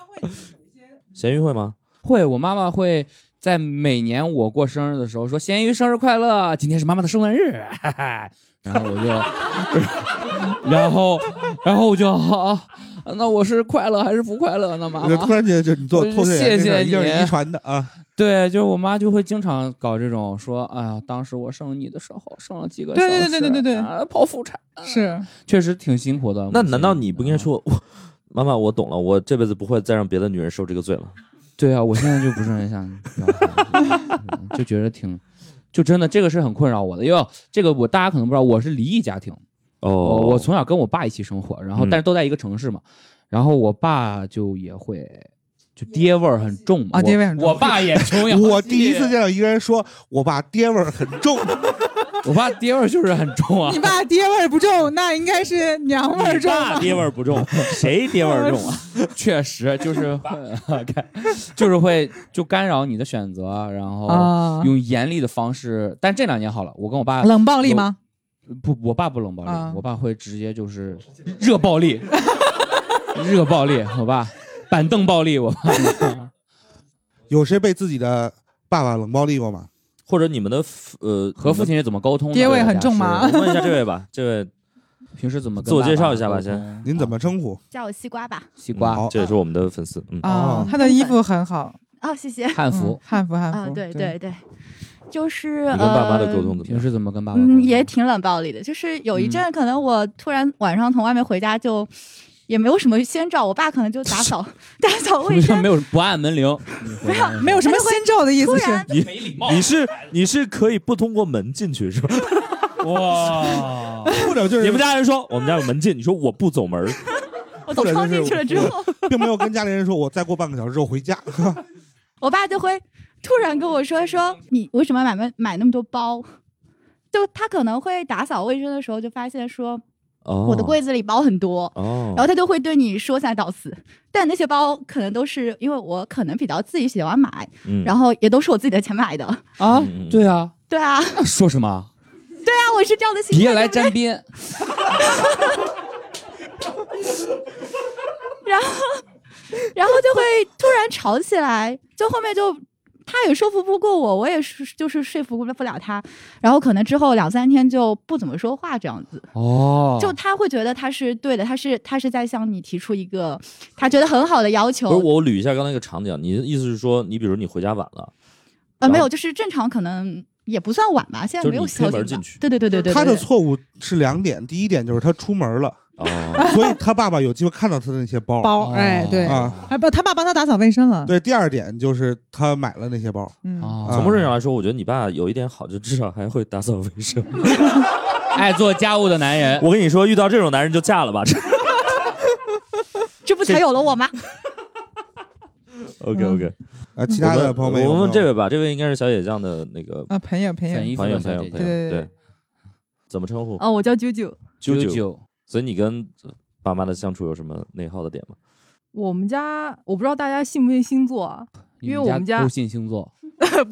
A: 咸鱼会吗？
D: 会，我妈妈会在每年我过生日的时候说：“咸鱼生日快乐，今天是妈妈的圣诞日。” 哈哈，然后我就， 然后，然后我就好，那我是快乐还是不快乐呢？妈
C: 我就突
D: 妈，
C: 然间就你做
D: 啊我是
C: 脱罪
D: 谢谢
C: 一定是
D: 你
C: 遗传的啊，
D: 对，就是我妈就会经常搞这种说：“哎呀，当时我生你的时候生了几个小
B: 对
D: 时，
B: 对对对对对
D: 啊剖腹产，
E: 呃
B: 是
D: 确实挺辛苦的。
A: 那
D: 母亲
A: 难道你不
D: 嗯
A: 应该？说，我妈妈，我懂了，我这辈子不会再让别的女人受这个罪了。
D: 对啊，我现在就不是很想要 孩子，嗯就觉得挺，就真的这个是很困扰我的，因为这个我大家可能不知道，我是离异家庭，
A: 哦，
D: 我我从小跟我爸一起生活，然后
A: 嗯
D: 但是都在一个城市嘛，然后我爸就也会，就爹味儿很重嘛，
B: 啊
D: 我
B: 爹味儿很重
D: 我爸也 重阳，
C: 我第一次见到一个人说我爸爹味儿很重，
D: 我爸爹味儿就是很重啊
B: 你，爸爹味儿不重，那应该是娘味儿重啊吧？
A: 爹味儿 不重，谁爹味儿重啊？
D: 确实就是会，就是会就干扰你的选择，然后
B: 啊，
D: 用严厉的方式，但这两年好了，我跟我爸
B: 冷暴力吗？
D: 不，我爸不冷暴力，
B: 啊
D: 我爸会直接就是热暴力， 热暴力，我爸板凳暴力，我爸。
C: 有谁被自己的爸爸冷暴力过吗？
A: 或者你们的父呃
D: 和父
A: 亲，
D: 亲是怎么沟通的？
B: 爹味
D: 大家
B: 很重
D: 是
B: 吗
A: 我问一下这位吧，这位
D: 平时怎么跟
A: 自我
D: 爸
A: 介
D: 爸
A: 绍一下吧
D: 沟
A: 先嗯
D: 通
C: 您怎么称呼？
E: 叫我西瓜吧。
D: 西瓜、
C: 好
A: 这也是我们的粉丝，嗯，
B: 啊
C: 哦，
B: 他的衣服很好，
E: 哦，谢谢。
D: 汉
B: 嗯
D: 服？
B: 汉服汉
E: 啊，
B: 服，
E: 对对对，就是
A: 你跟爸妈的沟通
E: 呃
A: 怎么
D: 平
A: 样？
D: 时怎么跟爸爸？
E: 嗯，也。挺冷暴力的。就是有一
D: 嗯
E: 阵，可能我突然晚上从外面回家就，也没有什么先兆，我爸可能就打 扫打扫卫生，
D: 没有不按门铃，没有
B: 没有什么先兆的意
E: 突
B: 思是
E: 然
D: 没礼貌
A: 你是你是可以不通过门进去是吧？
D: 哇！
C: 或者就是
A: 你们家人说我们家有门禁，你说我不走门儿，
E: 我走
C: 或者
E: 窗
C: 就是
E: 进去了之后，
C: 并没有跟家里人说我再过半个小时就回家，
E: 我爸就会突然跟我说说你为什么买买买那么多包？就他可能会打扫卫生的时候就发现说
A: 哦，
E: 我的柜子里包很多，
A: 哦，
E: 然后他就会对你说三道四。但那些包可能都是因为我可能比较自己喜欢买，
A: 嗯
E: 然后也都是我自己的钱买的。
D: 啊
A: 嗯嗯，
D: 对啊，
E: 对啊，
D: 那说什么？
E: 对啊，我是这样的心
D: 别
E: 态。
D: 来沾边，
E: 然后就会突然吵起来，就后面就他也说服不过我，我也是就是说服不了他，然后可能之后两三天就不怎么说话这样子。
D: 哦，
E: 就他会觉得他是对的，他是他是在向你提出一个他觉得很好的要
A: 不是
E: 求，呃
A: 我捋一下刚才那个场景，你的意思是说，你比如你回家晚了，
E: 呃，没有，就是正常可能也不算晚吧，现
A: 就
E: 在
A: 是
E: 没有
A: 你推
E: 宵
A: 门
E: 禁
A: 进
E: 吧
A: 去
E: 对对对对对，
C: 他的
E: 对
C: 错误是两点，第一点就是他出门了，
E: 啊
A: 哦，
C: 所以他爸爸有机会看到他的那些包。
B: 包，哎，
D: 哦
B: 对，
C: 啊
B: 哎不，他爸帮他打扫卫生了，
C: 对，第二点就是他买了那些包，
B: 嗯，
D: 啊
C: 啊
A: 从某种意义上来说，我觉得你爸有一点好，就至少还会打扫卫生。
D: 爱做家务的男人，
A: 我跟你说，遇到这种男人就嫁 了吧。这
E: 这不才有了我吗？
A: OK
F: 嗯
A: OK，
C: 呃，其他的朋友们有
A: 我
C: 没有
A: 问这位吧，这位应该是小野酱的那个
F: 嗯
B: 啊，朋友朋友
D: 粉，衣服
A: 朋友
D: 的
A: 朋
D: 小
A: 友
D: 姐
A: 朋
D: 姐
A: 友，
B: 对对
A: 对，怎么称呼？
F: 啊
E: 哦，我叫啾啾。
A: 啾
D: 啾啾，
A: 所以你跟爸妈的相处有什么内耗的点吗？
F: 我们家我不知道大家信不信星座啊， 因为我们家
D: 都信星座，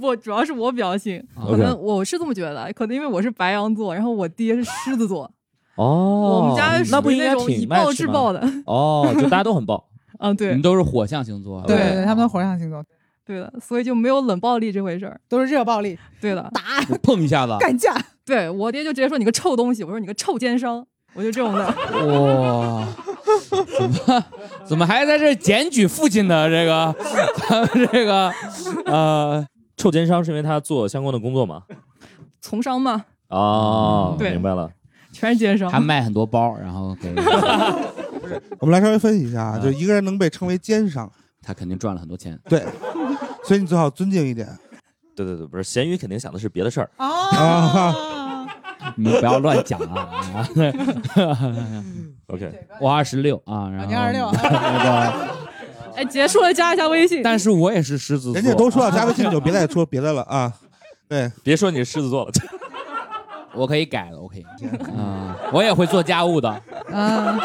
F: 不，主要是我比较信，
D: 啊
A: OK
F: 可能我是这么觉得，可能因为我是白羊座，然后我爹是狮子座，
A: 哦，
F: 我们家
A: 那
F: 属
A: 不
F: 于
A: 应
F: 那
A: 该
F: 种
A: 挺
F: 以暴
A: match
F: 制
A: 吗
F: 暴的，
A: 哦，就大家都很暴。
F: 嗯，
D: 你
F: 对
D: 们，都是火象星座，啊
B: 对
A: 对
B: 对对，他们都火象星座，
F: 对的，所以就没有冷暴力这回事儿，
B: 都是热暴力，
D: 啊
F: 对的，
B: 打
D: 就 碰一下子，
B: 干架，
F: 对我爹就直接说你个臭东西，我说你个臭奸商，我就这种的，
D: 哇，怎么怎么还在这检举父亲的这个 咱们这个呃，
A: 臭奸商是因为他做相关的工作嘛？
F: 从商嘛，
A: 哦，
F: 嗯对
A: 明白了。
F: 全是奸商
D: 他，卖很多包，然后给
C: 我们来稍微分析一下啊，
D: 嗯
C: 就一个人能被称为奸商，
D: 他肯定赚了很多钱，
C: 对，所以你最好尊敬一点。
A: 对对对，不是咸鱼肯定想的是别的事儿。
B: 哦，
D: 你们不要乱讲啊！啊
A: OK，
D: 我二十六啊，然后
B: 你26
D: 那个，
F: 哎，结束了加一下微 信，
D: 但是我也是狮子座，
C: 人家都说要加微信，你就别再说别的了啊。对，
A: 别说你是狮子座了，
D: 我可以改了，我可以啊，我也会做家务的，
B: 嗯，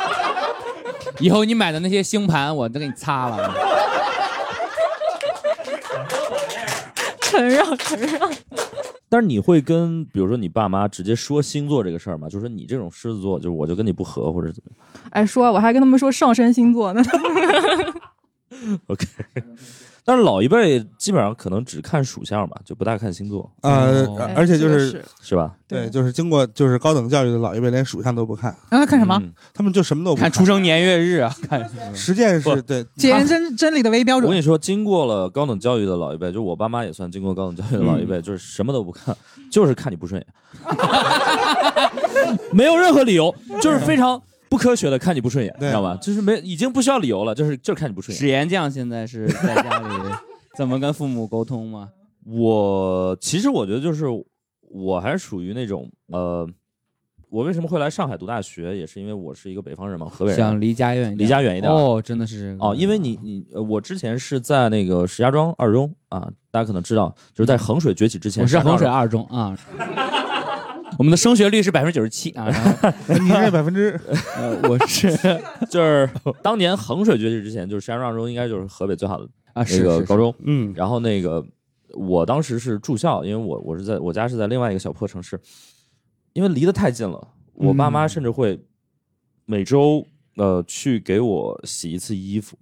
D: 以后你买的那些星盘我都给你擦了，
F: 承让承让，
A: 但是你会跟比如说你爸妈直接说星座这个事儿吗？就是说你这种狮子座，就是我就跟你不合，或者怎么样
F: 哎，说我还跟他们说上升星座呢，
A: ？OK，但是老一辈基本上可能只看属相吧，就不大看星座，
C: 呃
D: 哦，
B: 哎
C: 而且就
F: 这个
C: 是
F: 是
A: 是吧？
C: 对，就是经过就是高等教育的老一辈连属相都不看，
B: 让他看什么？
A: 嗯
C: 他们就什么都不
D: 看出生年月日啊，看
C: 实践
A: 不
C: 是对，
B: 检验真真理的唯一标
A: 我跟
B: 准
C: 啊
A: 你说，经过了高等教育的老一辈，就是我爸妈也算经过高等教育的老一
D: 嗯
A: 辈，就是什么都不看，就是看你不顺眼， 没有任何理由，就是非常不科学的看你不顺眼，你
C: 对
A: 知道吧？就是没已经不需要理由了，就是就是看你不顺眼。
D: 史岩酱现在是在家里怎么跟父母沟通吗？
A: 我其实我觉得就是我还是属于那种呃，我为什么会来上海读大学，也是因为我是一个北方人嘛，河北
D: 想
A: 人。
D: 离家远一点，
A: 离家远一点
D: 哦，真的是
A: 哦，因为你
D: 嗯
A: 你呃我之前是在那个石家庄二中啊，大家可能知道，就是在衡水崛起之
D: 嗯
A: 前，
D: 我是
A: 石家庄
D: 衡水
A: 二
D: 二中啊。 我们的升学率是百分之九十七啊，然后
C: 你这百分之
D: 呃我 是
A: 中就是 当年衡水崛起之前，就是石家庄二中应该就是河北最好的
D: 啊
A: 那
D: 是
A: 个
D: 是
A: 高中。
C: 嗯
A: 然后那个我当时是住校，因为我我是在我家是在另外一个小破城市，因为离得太近了，我爸妈
D: 嗯
A: 甚至会每周呃去给我洗一次衣服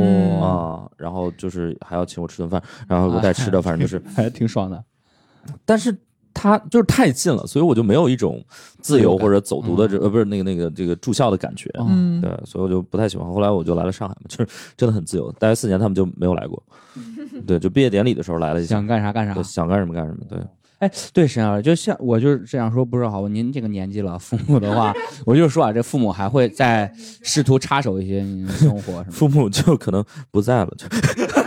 B: 嗯
D: 哇，啊
A: 啊，然后就是还要请我吃顿饭，然后给我带吃的，反正就是，
D: 还挺爽的。
A: 但是。他就是太近了，所以我就没有一种自
D: 自
A: 由
D: 由感
A: 或者走读
C: 嗯
A: 的这、呃不是那个那个这个住校的感觉，
D: 哦
B: 嗯
A: 对，所以我就不太喜欢。后来我就来了上海嘛，就是真的很自由，待了四年他们就没有来过，对，就毕业典礼的时候来了一下，
D: 想干啥干啥
A: 对，。想干什么干什么，对，
D: 哎，对，沈老师，就像我就是这样说，不是好。您这个年纪了，父母的 话，我就说啊，这父母还会再试图插手一些您的生活什么的。
A: 父母就可能不在了，就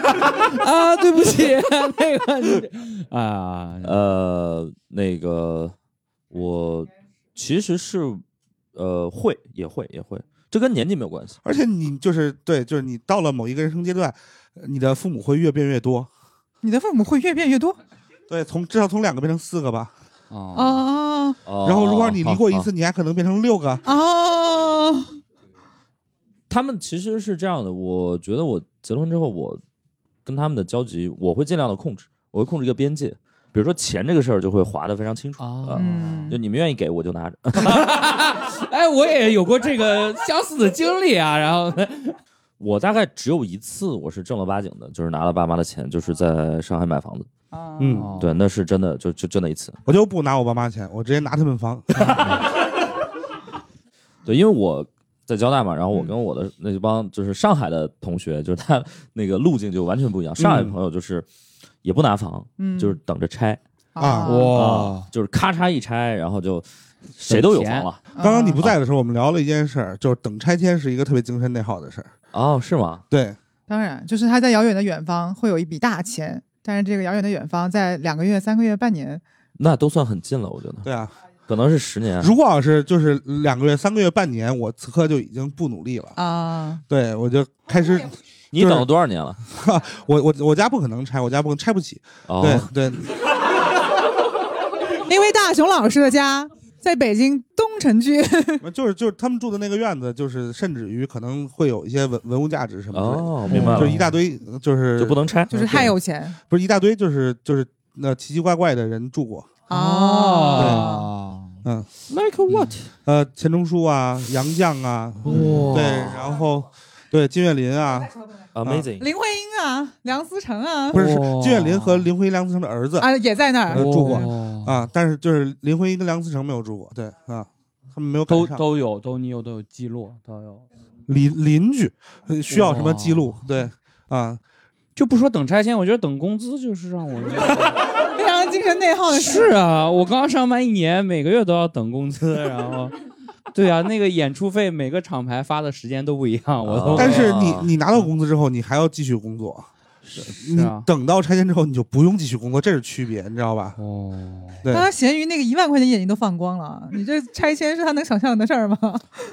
D: 啊，对不起，那个你啊，
C: 嗯
A: 呃，那个我其实是呃会也会也会，这跟年纪没有关系。
C: 而且你就是对，就是你到了某一个人生阶段，你的父母会越变越多。
B: 你的父母会越变越多
C: 对，从至少从两个变成四个吧。
D: 哦，
B: 哦
A: 然
C: 然后如果你离过一，
A: 好
C: 次，你还可能变成六个。
B: 哦，
A: 他们其实是这样的，我觉得我结了婚之后，我跟他们的交集，我会尽量的控制，我会控制一个边界，比如说钱这个事儿就会划得非常清楚
D: 哦
A: 啊
B: 嗯
A: 就你们愿意给我就拿着，
D: 哎，我也有过这个相似的经历啊。然后，
A: 我大概只有一次我是正儿八经的，就是拿了爸妈的钱，就是在上海买房子，
B: 啊
C: 嗯
D: 哦
A: 对，那是真的，就就真的一次，
C: 我就不拿我爸妈钱，我直接拿他们房。
A: 对，因为我在交大嘛，然后我
B: 嗯
A: 跟我的那帮就是上海的同学，就是他那个路径就完全不一样。上海
C: 嗯
A: 朋友就是也不拿房，
B: 嗯
A: 就是等着拆
C: 啊
A: 啊，就是咔嚓一拆，然后就谁都有房了。
B: 嗯
C: 刚刚你不
B: 在，
C: 在的时候，我们聊了一件事儿，就是等拆迁是一个特别精神内耗的事儿。
A: 哦，是吗？
C: 对，
B: 当然就是他在遥远的远方会有一笔大钱，但是这个遥远的远方在两个月、三个月、半年，
A: 那都算很近了，我觉得
C: 对啊。
A: 可能是十年。
C: 如果要是就是两个月、三个月、半年，我此刻就已经不努力了。
B: 啊，
C: 对，我就开始，
A: 你等了多少年了？
C: 我我我家不可能拆，我家不拆不起。
A: 哦，
C: 对对，
B: 因为大熊老师的家在北京东城区，
C: 就是就是他们住的那个院子，就是甚至于可能会有一些文文物价值什么之类的，
A: 哦，明白了，
C: 就是一大堆，就是
A: 就不能拆。
B: 就是太有钱
C: 不是一大堆，就是就是那奇奇怪怪的人住过，嗯
B: 啊。
D: 哦，
B: 嗯
A: Like what？
C: 呃，钱钟书啊，杨绛啊，
D: 哇
C: 对，然后对金岳霖啊，
A: Amazing！
B: 林徽因啊，梁思成啊，
C: 不是是
D: 哇
C: 金岳霖和林徽因、梁思成的儿子
B: 啊也在那
C: 呃
B: 儿，
C: 住过
D: 哦过，
C: 啊，但是就是林徽因跟梁思成没有住过，对啊，他们没有赶
D: 都
C: 上
D: 都有，都你有都有记录，都有。
C: 邻邻居呃需要什么记录
A: 哦
D: 哇，
C: 对啊，
D: 就不说等拆迁，我觉得等工资就是让 我
B: 非常精神内耗的事。
D: 是啊，我刚上班一年，每个月都要等工资，然 后，对啊，那个演出费每个厂牌发的时间都不一样，我都
A: 哦
C: 啊但是你你拿到工资之后，你还要继续工作。
D: 是
C: 你
D: 啊，
C: 等到拆迁之后，你就不用继续工作，这是区别，你知道吧？
D: 哦，
C: 对
B: 刚刚咸鱼那个一万块钱眼睛都放光了，你这拆迁是他能想象的事儿吗？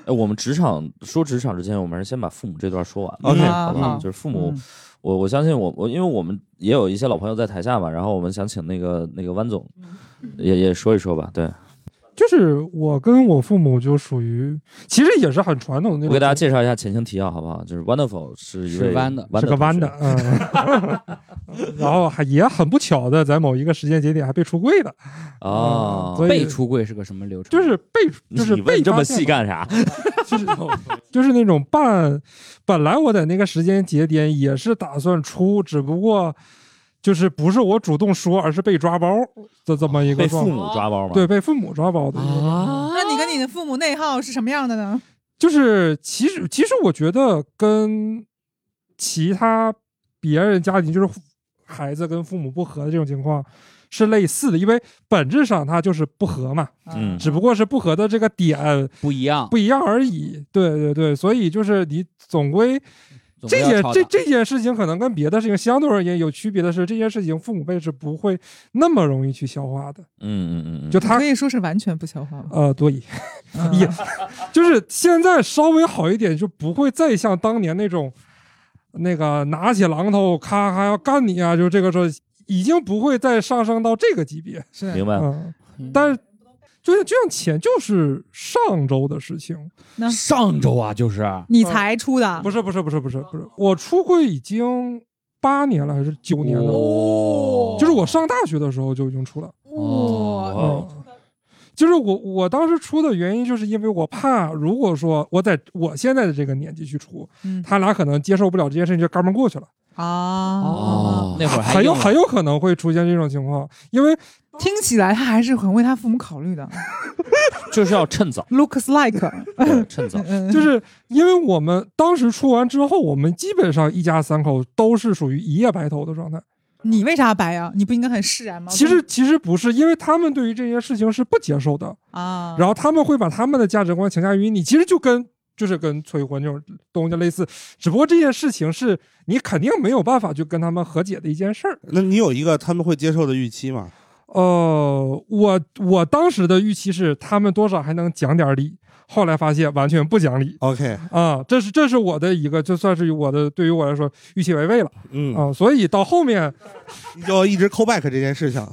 A: 哎，我们职场说职场之前，我们还是先把父母这段说完吧。
C: OK
A: 好吧，
B: 好
A: 就是父
B: 嗯
A: 母，我我相信我我，因为我们也有一些老朋友在台下嘛，然后我们想请那个那个弯总，也也说一说吧。对
G: 就是我跟我父母就属于，其实也是很传统的那
A: 我
G: 种。
A: 给大家介绍一下前情提要，好不好？就是 Wonderful 是一
D: 是
A: 位
D: 弯的
A: 弯
G: 是个弯
A: 同
G: 的
A: 学，，
G: 嗯， 然后还也很不巧的，在某一个时间节点还被出柜了，
A: 哦，
G: 所以
D: 被出柜是个什么流程？
G: 就是被就是
A: 你
G: 被
A: 问这么
G: 发现
A: 细
G: 了，
A: 干啥？
G: 就是那种半。本来我在那个时间节点也是打算出，只不过就是不是我主动说，而是被抓包的这么一个
A: 被
G: 状
A: 父
G: 况。
A: 母抓包吗？
G: 对，，被父母抓包的一个状况。
D: 啊，
B: 那你跟你的父母内耗是什么样的呢？
G: 就是其实其实我觉得跟其他别人家庭就是孩子跟父母不和的这种情况是类似的，因为本质上它就是不和嘛，
B: 啊
A: 嗯
G: 只不过是不和的这个点
D: 不一样，
G: 不一样而已。对对对，所以就是你总归
D: 总归
G: 这
D: 要
G: 件
D: 吵
G: 这
D: 的
G: 这件事情可能跟别的事情相对而言有区别的是，这件事情父母辈是不会那么容易去消化的，
A: 嗯嗯嗯嗯，
G: 就
B: 你
G: 他
B: 可以说是完全不消化吗？嗯
G: 呃，对，也就是现在稍微好一点，就不会再像当年那种那个拿起榔头咔咔要干你啊，就这个时候已经不会再上升到这个级别。
A: 明
B: 是，
A: 白？哦
G: 嗯，但是就像就像钱就是上周的事情，
D: 上周啊，就是
B: 你才出的
G: 不，是不是不是不是不是，我出柜已经八年了还是九年了，
D: 哦
G: 就是我上大学的时候就已经出了。
D: 哦
G: 嗯，就是我我当时出的原因，就是因为我怕，如果说我在我现在的这个年纪去出，
B: 嗯
G: 他俩可能接受不了这件事情，就嘎嘣过去了，
B: 啊，
G: 哦
D: 那会儿还
G: 很有
D: 硬
G: 很有可能会出现这种情况，因为
B: 听起来他还是很为他父母考虑的。
A: 就是要趁早，
B: Looks like，
A: 对趁早
B: 嗯。嗯，
G: 就是因为我们当时出完之后，我们基本上一家三口都是属于一夜白头的状态。
B: 你为啥白啊呀？你不应该很释然吗？
G: 其实其实不是，因为他们对于这些事情是不接受的，
B: 啊，
G: 然后他们会把他们的价值观强加于你，其实就跟就是跟催婚这种东西类似，只不过这件事情是你肯定没有办法去跟他们和解的一件事儿。
C: 那你有一个他们会接受的预期吗？
G: 呃，我我当时的预期是他们多少还能讲点理，后来发现完全不讲理
C: OK，
G: 啊，这是这是我的一个，这算是我的对于我来说预期违背了
C: 嗯，
G: 啊，所以到后面
C: 你就一直 call back 这件事情。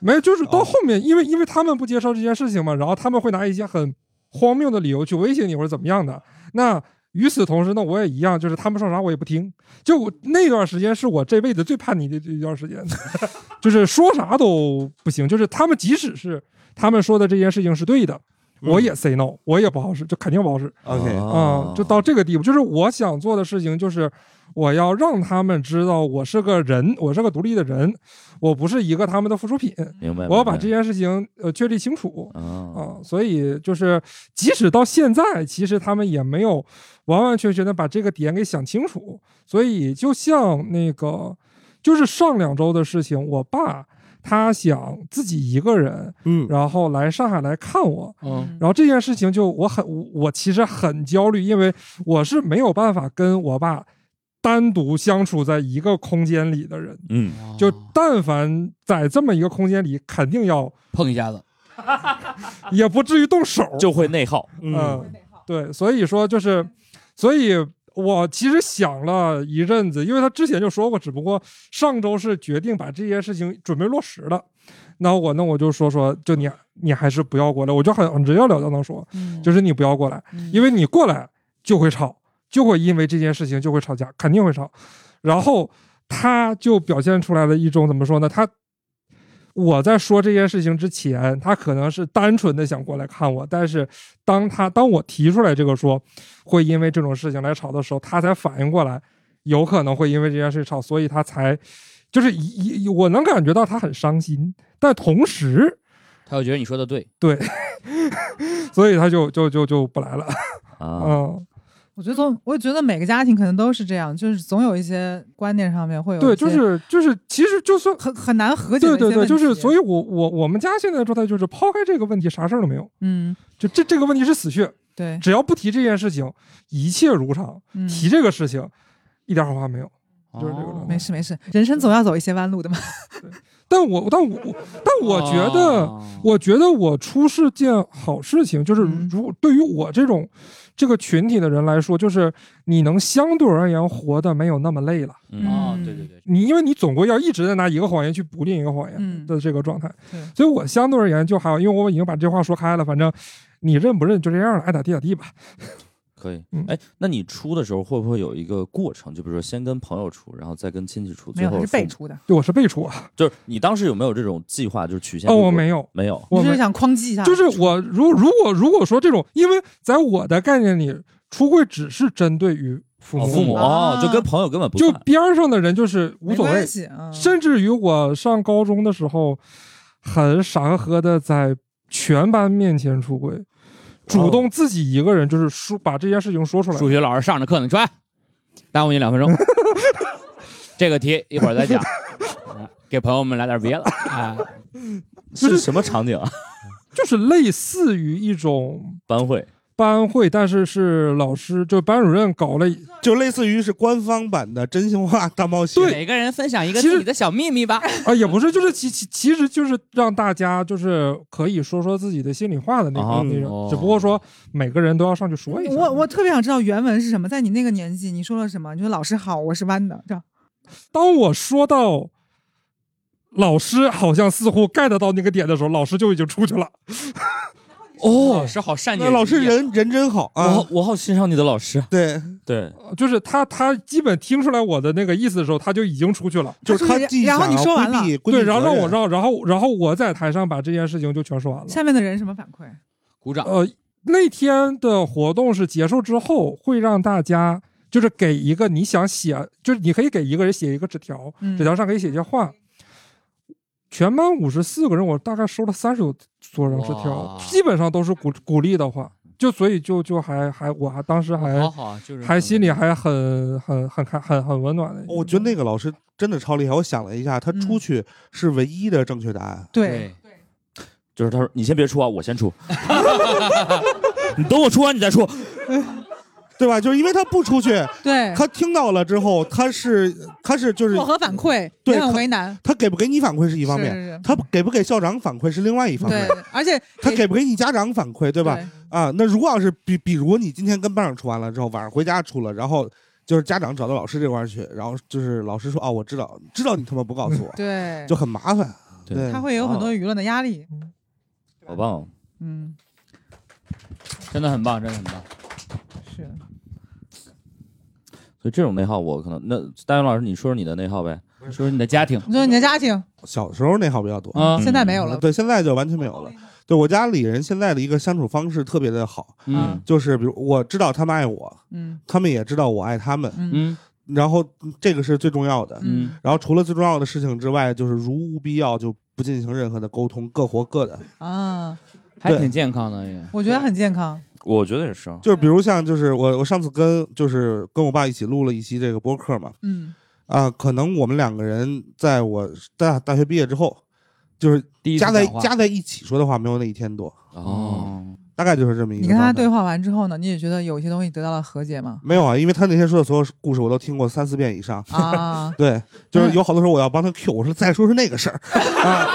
G: 没有，就是到
C: 哦
G: 后面，因为因为他们不接受这件事情嘛，然后他们会拿一些很荒谬的理由去威胁你或者怎么样的。那与此同时呢，我也一样，就是他们说啥我也不听。就我那段时间是我这辈子最叛逆的一段时间， 就是说啥都不行。就是他们即使是他们说的这件事情是对的，
C: 嗯哦
G: 我也 say no，我也不好使，就肯定不好使。
D: 哦
C: OK，
G: 啊、
A: 啊，
G: 就到这个地步。就是我想做的事情，就是我要让他们知道我是个人，我是个独立的人，我不是一个他们的附属品。
A: 明白。
G: 我要把这
A: 些
G: 件事情呃确立清楚
A: 啊，
G: 啊、所以就是即使到现在，其实他们也没有完完全全的把这个点给想清楚。所以就像那个，就是上两周的事情，我爸他想自己一个人，
C: 嗯，
G: 然后来上海来看我，
D: 嗯
G: 然后这件事情就我很我我其实很焦虑，因为我是没有办法跟我爸单独相处在一个空间里的人。
A: 嗯，
G: 就但凡在这么一个空间里，肯定要
D: 碰一下子，
G: 也不至于动手。
A: 就会内耗。
G: 嗯，对，所以说就是，所以我其实想了一阵子，因为他之前就说过，只不过上周是决定把这件事情准备落实了。那我那我就说说，就你你还是不要过来，我就很很直截了当的说，
B: 嗯
G: 就是你不要过来，因为你过来就会吵，就会因为这件事情就会吵架，肯定会吵。然后他就表现出来了一种怎么说呢？他我在说这件事情之前，他可能是单纯的想过来看我，但是当他当我提出来这个说会因为这种事情来吵的时候，他才反应过来，有可能会因为这件事吵，所以他才就是一一我能感觉到他很伤心，但同时，
D: 他又觉得你说的对，
G: 所以他就就就就不来了，
A: 啊，
G: 嗯。
B: 我觉得总，我觉得每个家庭可能都是这样，就是总有一些观念上面会有
G: 对，
B: 一
G: 就
B: 些
G: 是就是，其实就算
B: 很很难和解的
G: 对
B: 一些
G: 对对，就是所
B: 以
G: 以我我我们家现在的状态就是抛开这个问题，啥事儿都没有。
B: 嗯，
G: 就这这个问题是死穴，
B: 对，
G: 只要不提这件事情，一切如常。
B: 嗯，
G: 提这个事情，一点好话没有。就是这个
D: 哦
G: 状态
B: 没事没事，人生总要走一些弯路的嘛。
G: 但我但我但我觉得，
D: 哦
G: 我觉得我出是件好事情，就是
B: 嗯
G: 如对于我这种这个群体的人来说，就是你能相对而言活得没有那么累了。
B: 嗯
C: 啊
D: 哦，对对对，
G: 你因为你总归要一直在拿一个谎言去补另一个谎言
B: 嗯
G: 的这个状态，
B: 对
G: 所以我相对而言就还好，因为我已经把这话说开了，反正你认不认就这样了，爱咋地咋地吧。
A: 可以
G: 嗯。
A: 哎，那你出的时候会不会有一个过程？就比如说先跟朋友出，然后再跟亲戚出，
B: 没
A: 最
B: 有，他
A: 后
B: 是
A: 父母
B: 被。出的，
G: 对，我是被出啊，
A: 就是你当时有没有这种计划？就是曲线？
G: 哦，我没，有，
A: 没有。
G: 我
B: 你就
G: 没
B: 是想框记一下，
G: 就是我如如果如果说这种，因为在我的概念里，出柜只是针对于父母，
A: 哦，父母
B: 啊
A: 哦，就跟朋友根本
G: 嗯
A: 不
G: 就
A: 算。
G: 边儿上的人就是无
B: 没
G: 所谓
B: 关，系，嗯，
G: 甚至于我上高中的时候，很傻呵呵的在全班面前出
B: 哦
G: 轨，主动自己一个人就是说把这件事情说出来。
D: 数学老师上着课呢，说哎，耽误你两分钟，这个题一会儿再讲，啊给朋友们来点别的，哎，
A: 是什么场景啊？
G: 就是类似于一种
A: 班会
G: 班会，但是是老师就班主任搞了，
C: 就类似于是官方版的真心话大冒险。
D: 每个人分享一个
G: 其实
D: 自己的小秘密吧。
G: 啊，也不是，就是其其其实就是让大家就是可以说说自己的心里话的那
A: 啊
G: 个那种
D: 哦，
G: 只不过说每个人都要上去说一下。
B: 我我特别想知道原文是什么，在你那个年纪，你说了什么？你说老师好，我是弯的，这样
G: 当我说到老师好像似乎 get 到那个点的时候，老师就已经出去了。
D: 哦，老师好善解
C: 那
D: 人意啊，
C: 老师人人真好啊
D: 哦
A: 我！我好欣赏你的老师，
C: 对，
A: 对，
G: 就是他他基本听出来我的那个意思的时候，他就已经出去了。
C: 就是
B: 他
C: 他
B: 出去
C: 既
B: 然后你
C: 想要
B: 说完了
C: 啊规避，规避
G: 对，然后
C: 责
G: 让
C: 任
G: 我让，然后然后我在台上把这件事情就全说完了。
B: 下面的人什么反馈？
D: 鼓掌。
G: 呃，那天的活动是结束之后，会让大家就是给一个你想写，就是你可以给一个人写一个纸条，
B: 嗯
G: 纸条上可以写一些话。全班五十四个人，我大概收了三十多张纸条
D: 哇，
G: 基本上都是鼓鼓励的话，就所以就就还还我还当时还
D: 好好，就是
G: 哎还心里还很很很开很很温暖的。
C: 哦我觉得那个老师真的超厉害。我想了一下，他
B: 嗯
C: 出去是唯一的正确答案。
B: 对，
D: 对，
A: 就是他说你先别出啊，我先出，你等我出完你再出，
C: 对吧？就是因为他不出去，
B: 对，
C: 他听到了之后，他是他是就是
B: 哎我和反馈
C: 对
B: 也很
C: 他
B: 为难，
C: 他给不给你反馈是一
B: 一
C: 方面，
B: 是
C: 他给不给校长反馈是另外一方
B: 对
C: 面，，
B: 而且
C: 他
B: 也
C: 给不给你家长反馈，对吧？？啊，那如果要是比比如你今天跟班长处完了之后，晚上回家处了，然后就是家长找到老师这块儿去，然后就是老师说哦，我知道知道你他妈不告诉我，
B: 对，
C: 就很麻烦。
A: 对
C: 对
B: 他，会有很多舆论的压力。
A: 好棒哦！
B: 嗯，
D: 真的很棒，真的很棒。
B: 嗯是
C: 嗯
A: 所以这种内耗我可能那大勇老师你说说你的内耗呗，
D: 说说你的家庭
B: 你说你的家庭
C: 小时候内耗比较多，
D: 啊，
B: 现在没有
C: 嗯
B: 了，嗯
C: 对，现在就完全没有了。对我家里人现在的一个相处方式特别的好，
D: 嗯
C: 就是比如我知道他们爱我，
B: 嗯
C: 他们也知道我爱他们，
B: 嗯
D: 嗯
C: 然后嗯这个是最重要的。
D: 嗯，
C: 然后除了最重要的事情之外，就是如无必要就不进行任何的沟通，各活各的。
B: 啊，
D: 还
C: 对
D: 挺健康的也。
B: 我觉得很健康。
A: 我觉得也是啊，
C: 就是比如像就是我我上次跟就是跟我爸一起录了一期这个播客嘛，
B: 嗯，
C: 啊，可能我们两个人在我大大学毕业之后，就是
D: 第一次
C: 加在
D: 讲话
C: 加在一起说的话没有那一天多，
A: 哦，
C: 大概就是这么一个。
B: 你跟他对。话完之后呢，你也觉得有些东西得到了和解吗？
C: 没有啊，因为他那天说的所有故事我都听过三四遍以上。，
B: 啊
C: 对，就是有好多时候我要帮他 Q，我说再说是那个事儿啊，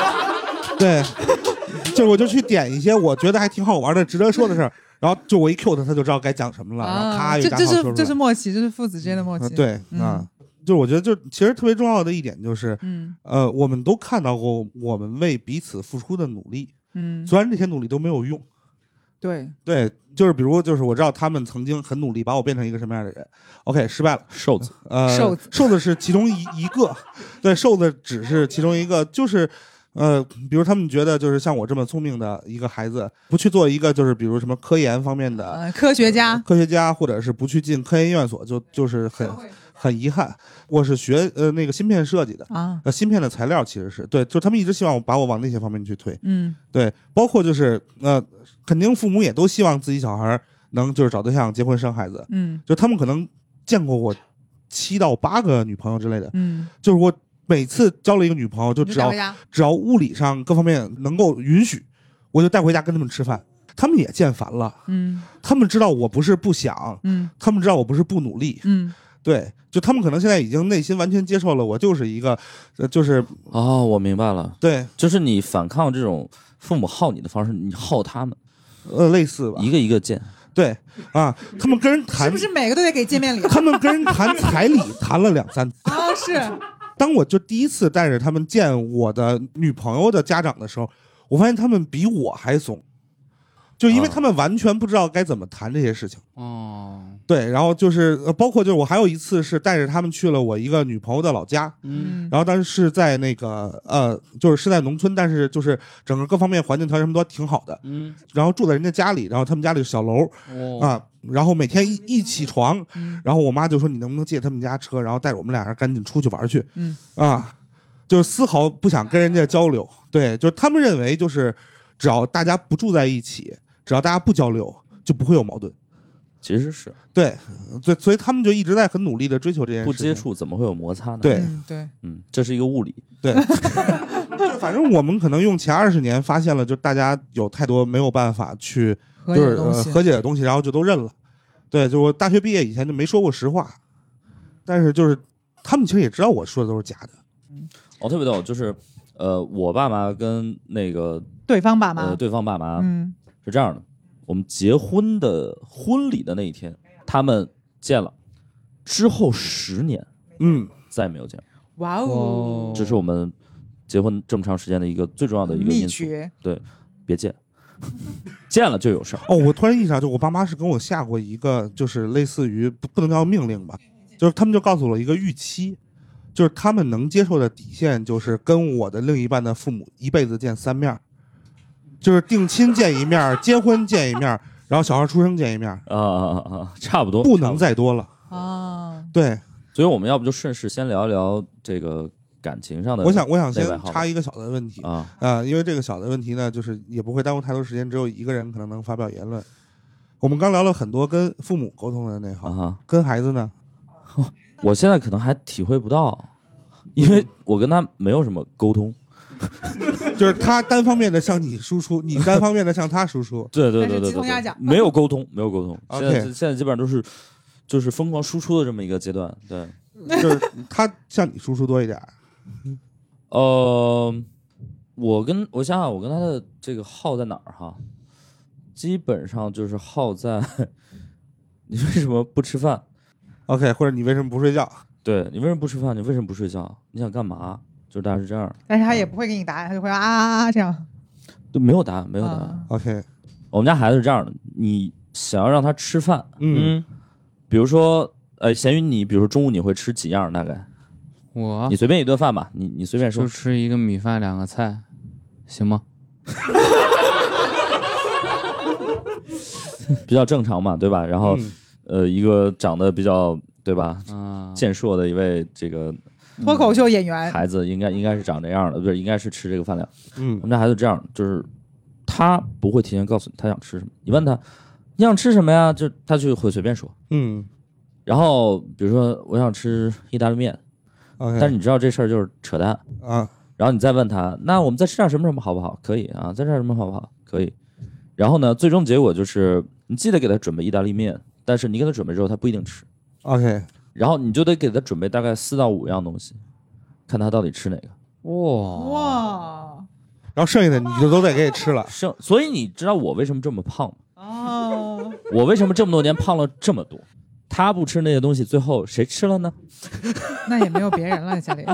C: 对，就是我就去点一些我觉得还挺好玩的、值得说的事儿，然后就我一 Q 他，他就知道该讲什么了，然后
B: 啊，
C: 咔又
B: 这
C: 讲
B: 这
C: 好说
B: 是
C: 出来。
B: 这是默契，这是父子之间的默契。
C: 嗯，对啊，就是我觉得就其实特别重要的一点就是，
B: 嗯
C: 呃，我们都看到过我们为彼此付出的努力，
B: 嗯，
C: 虽然这些努力都没有用。
B: 对，
C: 对，就是比如，就是我知道他们曾经很努力把我变成一个什么样的人，OK，失败了，
A: 瘦子，
C: 呃，
B: 瘦子
C: 瘦子是其中一一个， 对，瘦子只是其中一个，就是。呃，比如他们觉得就是像我这么聪明的一个孩子，不去做一个就是比如什么科研方面的
B: 呃，科学家，
C: 科学家，或者是不去进科研院所，就就是很很遗憾。我是学呃那个芯片设计的，
B: 啊，
C: 呃，芯片的材料其实是对，就他们一直希望我把我往那些方面去推。
B: 嗯
C: 对，包括就是呃，肯定父母也都希望自己小孩儿能就是找对象、结婚、生孩子。
B: 嗯
C: 就他们可能见过我七到八个女朋友之类的，
B: 嗯，
C: 就是我每次交了一个女朋友，就
B: 你
C: 只
B: 找
C: 要
B: 回家
C: 只要物理上各方面能够允许，我就带回家跟他们吃饭。他们也见烦了，
B: 嗯
C: 他们知道我不是不想，
B: 嗯
C: 他们知道我不是不努力，
B: 嗯，
C: 对，就他们可能现在已经内心完全接受了，我就是一个，呃，就是
A: 哦，我明白了，
C: 对，
A: 就是你反抗这种父母耗你的方式，你耗他们，
C: 呃，类似吧，
A: 一个一个见，
C: 对啊，他们跟人
B: 是
C: 谈
B: 不，是每个都得给见面礼
C: 他们跟人谈彩礼谈了两三次。
B: 啊？ 是，
C: 当我就第一次带着他们见我的女朋友的家长的时候，我发现他们比我还怂，就因为
A: 啊
C: 他们完全不知道该怎么谈这些事情。
D: 哦，
C: 对，然后就是呃包括就是我还有一次是带着他们去了我一个女朋友的老家，
D: 嗯，
C: 然后当时是在那个呃，就是是在农村，但是就是整个各方面环境条件什么都挺好的。
D: 嗯，
C: 然后住在人家家里，然后他们家里是小楼
D: 哦，
C: 啊，然后每天一一起床，
B: 嗯
C: 然后我妈就说你能不能借他们家车，然后带着我们俩人赶紧出去玩去
B: 嗯
C: 啊，就是丝毫不想跟人家交流。对，就是他们认为就是只要大家不住在一起，只要大家不交流，就不会有矛盾。
A: 其实是
C: 对，所以所以他们就一直在很努力的追求这件事
A: 不
C: 情，
B: 嗯
A: 接触怎么会有摩擦呢？
C: 对
B: 嗯对，
A: 嗯，这是一个物理，
C: 对，反正我们可能用前二十年发现了，就大家有太多没有办法去
B: 和
C: 就
B: 解
C: 是
B: 的东
C: 呃
B: 西，
C: 和解的东西，然后就都认了。对，就我大学毕业以前就没说过实话，但是就是他们其实也知道我说的都是假的。
A: 哦，特别逗，就是呃，我爸妈跟那个
B: 对方爸妈，
A: 呃对方爸妈
B: 嗯，
A: 是这样的，我们结婚的婚礼的那一天，他们见了，之后十年
C: 嗯，
A: 再也没有见了，
B: 哇
D: 哦
B: 哦，
A: 这是我们结婚这么长时间的一个最
C: 哦
A: 重要的一个
B: 秘
A: 因素，
B: 诀，
A: 别见， 见了就有事儿。
C: 哦，我突然意识到，就我爸妈是跟我下过一个，就是类似于不不能叫命令吧，就是他们就告诉我一个预期，就是他们能接受的底线就是跟我的另一半的父母一辈子见三面儿，就是定亲见一面儿，结婚见一面儿，然后小孩出生见一面儿，
A: 啊啊啊啊！差不多，
C: 不能再多了。
B: 啊，
C: 对，
A: 所以我们要不就顺势先聊一聊这个感情上的。
C: 我想我想先
A: 那位好吧
C: 插一个小的问题啊、
A: 啊，
C: 呃因为这个小的问题呢，就是也不会耽误太多时间，只有一个人可能能发表言论。我们刚聊了很多跟父母沟通的内
A: 啊
C: 行，
A: 哈，
C: 跟孩子呢？
A: 我现在可能还体会不到，因为我跟他没有什么沟通。。
C: 就是他单方面的向你输出，你单方面的向他输出
A: 对对
B: 但
A: 对
B: 是
A: 对
B: 鸡同
A: 对
B: 鸭
A: 对
B: 讲，
A: 没有沟通，没有沟通。现
C: OK
A: 在现在基本上都是就是疯狂输出的这么一个阶段。对，
C: 就是他向你输出多一点。
A: 呃，我跟我想啊想，我跟他的这个耗在哪儿哈？基本上就是耗在 你为什么不吃饭？
C: OK，或者你为什么不睡觉？
A: 对你为什么不吃饭？你为什么不睡觉？你想干嘛？就是大概是这样，
B: 但是他也
C: 嗯
B: 不会给你答案，他就会啊啊啊这样，
A: 就没有答案，没有答案。
B: 啊
C: OK，
A: 我们家孩子是这样的，你想要让他吃饭，
C: 嗯，
A: 比如说，呃，咸鱼你，比如说中午你会吃几样？大概
D: 我
C: 啊
A: 你随便一顿饭吧，你你随便说
D: 就。吃一个米饭两个菜，行吗？
A: 比较正常嘛，对吧？然后、
C: 嗯
A: 呃，一个长得比较对吧
D: 啊，
A: 健硕的一位这个
B: 脱口秀演员，
A: 孩子，应该应该是长这样的，不是应该是吃这个饭量。我
C: 哎嗯
A: 们家孩子这样，就是他不会提前告诉你他想吃什么，你问他你想吃什么呀，就他就会随便说。
C: 嗯
A: 然后比如说我想吃意大利面，
C: ，OK，
A: 但是你知道这事儿就是扯淡。
C: 啊，
A: 然后你再问他，那我们再吃点什么什么好不好？可以啊，再吃点什么好不好？可以。然后呢，最终结果就是你记得给他准备意大利面，但是你给他准备之后，他不一定吃。
C: OK，
A: 然后你就得给他准备大概四到五样东西，看他到底吃哪个
D: 哇
B: 哇
C: 然后剩下的你就都得给吃了。
A: 剩。所以你知道我为什么这么胖吗？
B: 哦，
A: 我为什么这么多年胖了这么多？他不吃那些东西，最后谁吃了呢？
B: 那也没有别人了，家里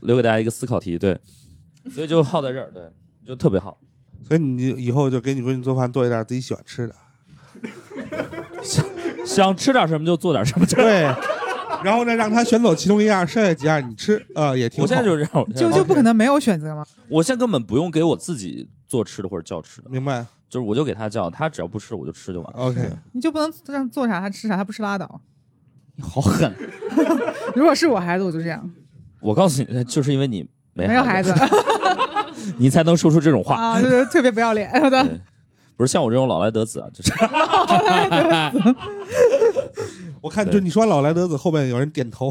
A: 留给大家一个思考题， 对。所以就耗在这儿，对，就特别好。
C: 所以你以后就给你闺女做饭多一点自己喜欢吃的。
A: 想吃点什么就做点什么。
C: 对，然后呢，让她选走其中一样，剩下几样你吃，呃，也挺好。
A: 我现在哦就是这样，我现在
B: 就就不可能没有选择嘛，
A: 我现在根本不用给我自己做吃的或者叫吃的，
C: 明白。
A: 就是我就给他叫，他只要不吃我就吃就完了。
C: OK，
B: 你就不能让做啥他吃啥，他不吃拉倒。
D: 你好狠！
B: 如果是我孩子，我就这样，
A: 我告诉你，就是因为你没
B: 没有孩子
A: 你才能说出这种话。
B: 啊，就是特别不要脸的。
A: 不是像我这种老来得子啊，就是
C: 我看就你说老来得子后面有人点头。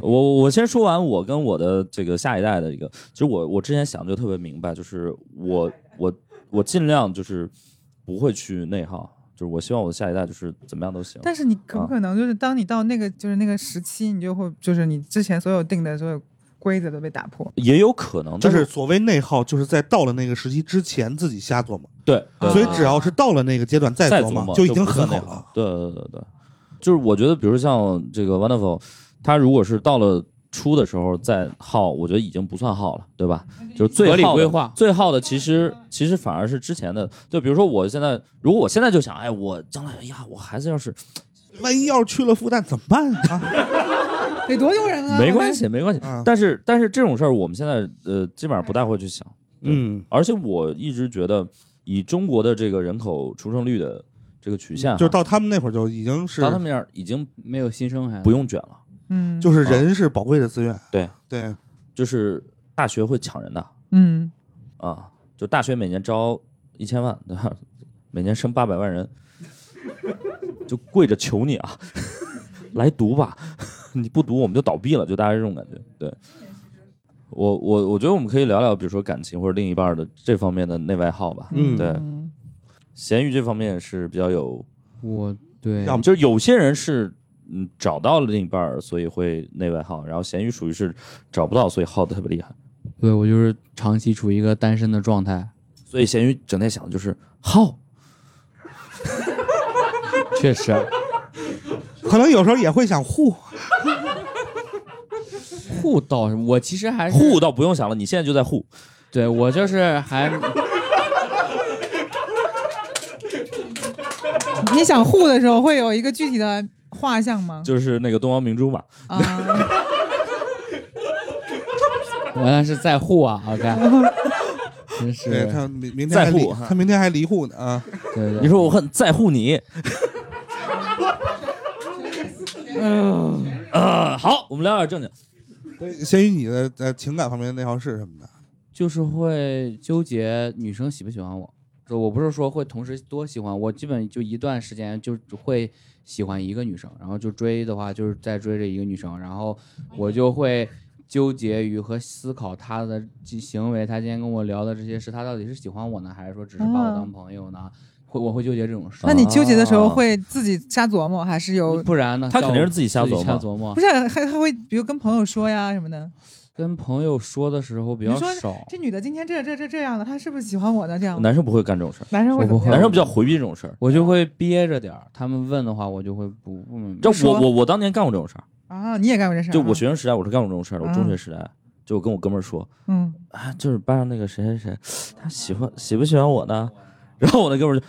A: 我我我先说完我跟我的这个下一代的一个，其实我我之前想的就特别明白，就是我我我尽量就是不会去内耗，就是我希望我的下一代就是怎么样都行。
B: 但是你可
A: 啊
B: 不可能就是当你到那个就是那个时期，你就会就是你之前所有定的所有规则都被打破。
A: 也有可能，
C: 就
A: 但
C: 是所谓内耗，就是在到了那个时期之前自己瞎琢磨，啊
A: 对，对
C: 所以只要是到了那个阶段再
A: 再
C: 琢
A: 磨
C: 磨，就已经
A: 不算
C: 很好
A: 那
C: 了。
A: 个对对对对，就是我觉得，比如像这个 Wonderful，他如果是到了初的时候再耗，我觉得已经不算耗了，对吧？就是
D: 嗯
A: 最
D: 合理
A: 耗的
D: 规划
A: 最耗的其实其实反而是之前的。就比如说我现在，如果我现在就想，哎，我将来，哎呀，我孩子要是
C: 万一要是去了复旦怎么办啊？
B: 得多丢人啊！
A: 没关系，没关系。
C: 啊
A: 但是但是这种事儿，我们现在呃基本上不大会去想。
C: 嗯，
A: 而且我一直觉得，以中国的这个人口出生率的这个曲线哈，啊
C: 嗯就是到他们那会儿就已经是
A: 到，他们那儿已经
D: 没有新生孩子，
A: 不用卷了。
B: 嗯，
C: 就是人是宝贵的资源。
A: 啊对
C: 对，
A: 就是大学会抢人的
B: 嗯，
A: 啊，就大学每年招一千万， 对吧？每年生八百万人，就跪着求你啊， 来读吧，你不读我们就倒闭了，就大概这种感觉。对，我我我觉得我们可以聊聊，比如说感情或者另一半的这方面的内外耗吧。
C: 嗯
A: 对，
B: 嗯
A: 咸鱼这方面是比较有，
D: 我对
C: 要么
A: 就是有些人是嗯找到了另一半儿，所以会内外耗，然后咸鱼属于是找不到，所以耗的特别厉害。
D: 对我就是长期处于一个单身的状态，
A: 所以咸鱼整天想的就是耗，
D: 确实。
C: 可能有时候也会想护，
D: 互倒是，我其实还是
A: 护倒不用想了，你现在就在护。
D: 对我就是还
B: 你想护的时候会有一个具体的画像吗？
A: 就是那个东方明珠嘛，
B: 啊，
D: 我那是在护啊，OK，真是
C: 对
D: 对
C: 哎他明明天
A: 在
C: 还离
A: 乎哈
C: 他明天还离户呢啊！
D: 对，
A: 你说我很在乎你。呃，好，我们聊点正经。
C: 先于你的呃情感方面的内耗是什么的？
D: 就是会纠结女生喜不喜欢我。就我不是说会同时多喜欢，我基本就一段时间就只会喜欢一个女生，然后就追的话就是在追着一个女生，然后我就会纠结于和思考她的行为，她今天跟我聊的这些事，她到底是喜欢我呢，还是说只是把我当朋友呢？会我会纠结这种事
B: 啊那。你纠结的时候
A: 啊
B: 会自己瞎琢磨，还是有？
D: 不然呢？
A: 他肯定是
D: 自
A: 自己瞎琢
D: 瞎
A: 磨。
D: 琢磨
B: 不。是，还还会比如跟朋友说呀什么的。
D: 跟朋友说的时候比较
B: 你说
D: 少，
B: 这女的今天这这这这样的，她是不是喜欢我呢？这样的
A: 男生不会干这种事儿，
B: 男生会
D: 我
B: 怎
D: 不
B: 么
D: 会
B: 样？
A: 男生比较回避这种事儿。
D: 我就会憋着点儿。他们问的话，我就会不不明白。
A: 这
B: 说
A: 我我我当年干过这种事儿，
B: 啊，你也干过这事儿啊？
A: 就我学生时代我是干过这种事儿的。我中
B: 啊
A: 学时代就我跟我哥们儿说，
B: 嗯，
A: 啊，就是班上那个谁谁谁，他喜欢喜不喜欢我呢？ 然后我那哥们儿就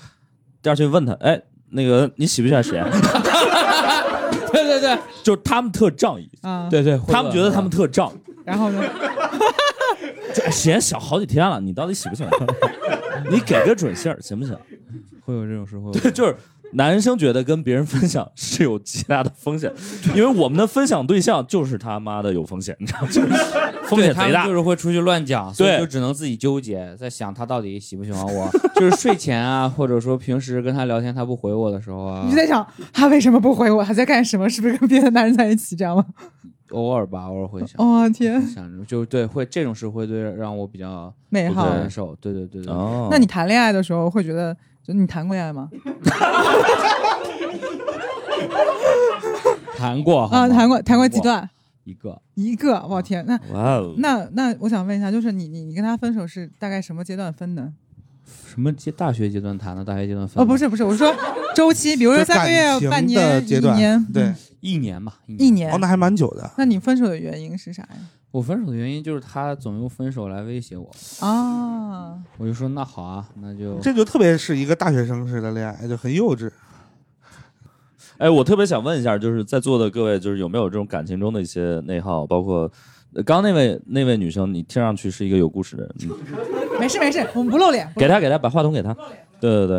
A: 第二天问他，哎，那个你喜不喜欢谁啊？
D: 对对对
A: 就是他们特仗义，
B: 啊，
D: 对对，会
A: 他们
D: 问
A: 觉得
D: 会
A: 他们
D: 问
A: 特仗义。
B: 然后呢？
A: 这时间小好几天了，你到底喜不喜欢他？ 你给个准信儿行不行？
D: 会有这种时候。
A: 对，就是男生觉得跟别人分享是有极大的风险，因为我们的分享对象就是他妈的有风险，你知道吗？就是风
D: 对
A: 险
D: 他
A: 贼
D: 们
A: 大
D: 就。是会出去乱讲，所以
A: 对
D: 就只能自己纠结，在想他到底喜不喜欢我。 就是睡前啊，或者说平时跟他聊天他不回我的时候啊
B: 你就，在想他为什么不回我？他在干什么？是不是跟别的男人在一起？这样吗？
D: 偶尔吧，偶尔会想、
B: 哦天，
D: 想，就对，会这种事会对让我比较
B: 美
D: 不
B: 好。
D: 难受。对对对对，
A: 哦
B: 那你谈恋爱的时候会觉得，就你谈过恋爱吗？
D: 谈过好
B: 啊，
D: 吗
B: 谈过，谈过几段？
D: 一个，
B: 一个，我天，那
A: 哇哦，
B: 那那，我想问一下，就是你你你跟他分手是大概什么阶段分的？
D: 什么阶大学阶段谈的，大学阶段分
B: 哦，不
D: 的
B: 是不是，我说周期，比如说
C: 就
B: 三
C: 感
B: 个月、
C: 情
B: 半
C: 的
B: 年、
C: 阶
B: 一
C: 段
B: 年，，
C: 对
B: 嗯，
D: 一年吧，一年
B: 一年
C: 哦，。那还蛮久的。
B: 那你分手的原因是啥呀？
D: 我分手的原因就是他总用分手来威胁我，
B: 啊，
D: 我就说那好啊，那就
C: 这就特别是一个大学生式的恋爱，就很幼稚。
A: 哎，我特别想问一下，就是在座的各位，就是有没有这种感情中的一些内耗，包括。呃刚刚那位那位女生，你听上去是一个有故事的人，嗯
B: 没事没事，我们不露脸。
A: 给她给她，把话筒给她。对对对，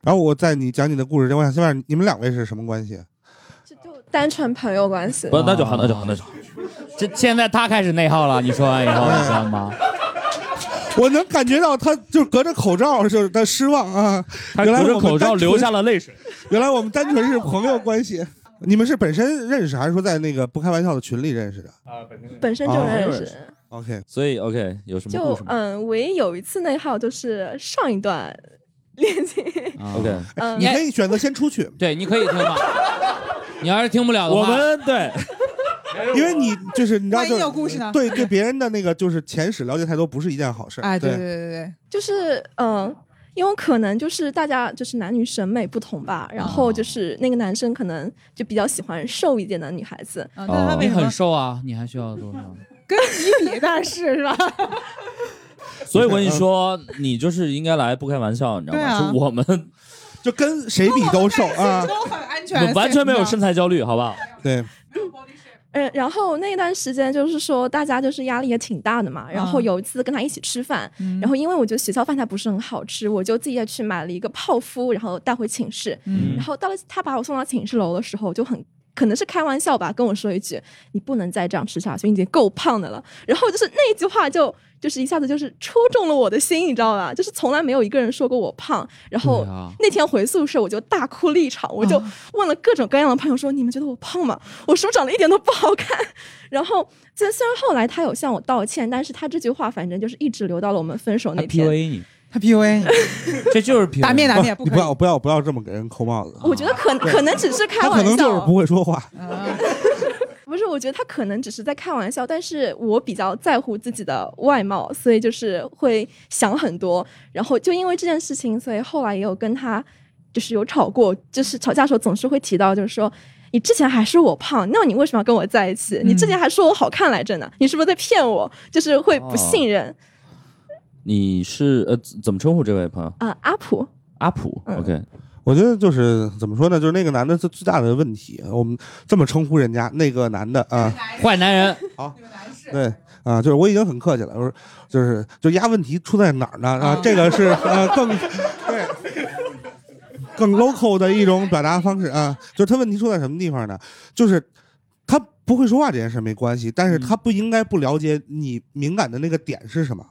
C: 然后我在你讲你的故事之前，我想先问你们两位是什么关系？
H: 就就单纯朋友关系。
A: 不，那就好，那就好，那就好。
D: 这现在他开始内耗了，你说完以后，你知道吗？
C: 我能感觉到他就是隔着口罩，就是他失望啊。
A: 她
C: 原来
A: 隔着
C: 我们
A: 口罩
C: 单纯
A: 流下了泪水。
C: 原来我们单纯是朋友关系。你们是本身认识，还是说在那个不开玩笑的群里认识的
H: 本身就
C: 哦
H: 认
A: 没有
H: 识，
C: ？OK，
A: 所以 OK，有什么
H: 就
A: 故事吗
H: 嗯，唯一有一次内耗就是上一段恋情，
D: 啊
A: ？OK，
H: 嗯，
C: 你可以选择先出去，
D: 对，你可以听嘛。你要是听不了的话，
A: 我们对
C: 因为你就是你知道
B: 万一有
C: 就
B: 故事呢
C: 是？对对别人的那个就是前史了解太多不是一件好事。
B: 哎，对对对对
H: 就是嗯。因为可能就是大家就是男女审美不同吧，然后
A: 哦
H: 就是那个男生可能就比较喜欢瘦一点的女孩子，
B: 对，啊，那他
A: 哦
B: 为
D: 你
B: 什么
D: 很瘦啊，你还需要多少？
B: 跟你比但啊是是吧？
A: 所以我跟你说，你就是应该来不开玩笑，你知道
B: 对
A: 吗？
B: 啊
A: 就我们
C: 就跟谁比都 瘦啊，
B: 都很安全，
A: 完全没有身
B: 材。
A: 材焦虑，好不好？
C: 对，
H: 嗯，然后那段时间就是说大家就是压力也挺大的嘛，然后
B: 嗯
H: 有一次跟他一起吃饭，
B: 嗯
H: 然后因为我觉得学校饭菜不是很好吃，我就自己也去买了一个泡芙，然后带回寝室。
B: 嗯
H: 然后到了他把我送到寝室楼的时候，就很可能是开玩笑吧，跟我说一句：“你不能再这样吃下去，你已经够胖的了。”然后就是那一句话就就是一下子就是戳中了我的心，你知道吧？就是从来没有一个人说过我胖。然后
D: 对啊
H: 那天回宿舍，我就大哭了一场，我
C: 哦
H: 就问了各种各样的朋友说：“你们觉得我胖吗？我是不是长得一点都不好看？”然后虽虽然后来他有向我道歉，但是他这句话反正就是一直留到了我们分手
D: 他
H: 那天。
D: PUA 你，
B: 他 PUA 你，
D: 这就是 PUA。
B: 打灭打灭，
C: 不，哦你
B: 可以。
C: 不要不要不要这么给人扣帽子，啊
H: 我觉得可可能只是开
C: 他可
H: 玩
C: 能就是
H: 笑，
C: 不会说话。
B: 嗯
H: 不是，我觉得他可能只是在开玩笑，但是我比较在乎自己的外貌，所以就是会想很多。然后就因为这件事情，所以后来也有跟他就是有吵过，就是吵架的时候总是会提到，就是说你之前还说我胖，那你为什么要跟我在一起？你之前还说我好看来着呢，你是不是在骗我？就是会不信任。
A: 你是呃怎怎么称呼这位朋友？
H: 啊、阿普，
A: 阿普、
H: 嗯
A: o k
C: 我觉得就是怎么说呢，就是那个男的最最大的问题，我们这么称呼人家那个男的啊，
D: 坏男人，
C: 对啊，就是我已经很客气了，我说就是就压问题出在哪儿呢？啊，这个是呃更对更 local 的一种表达方式啊，就是他问题出在什么地方呢？就是他不会说话这件事没关系，但是他不应该不了解你敏感的那个点是什么。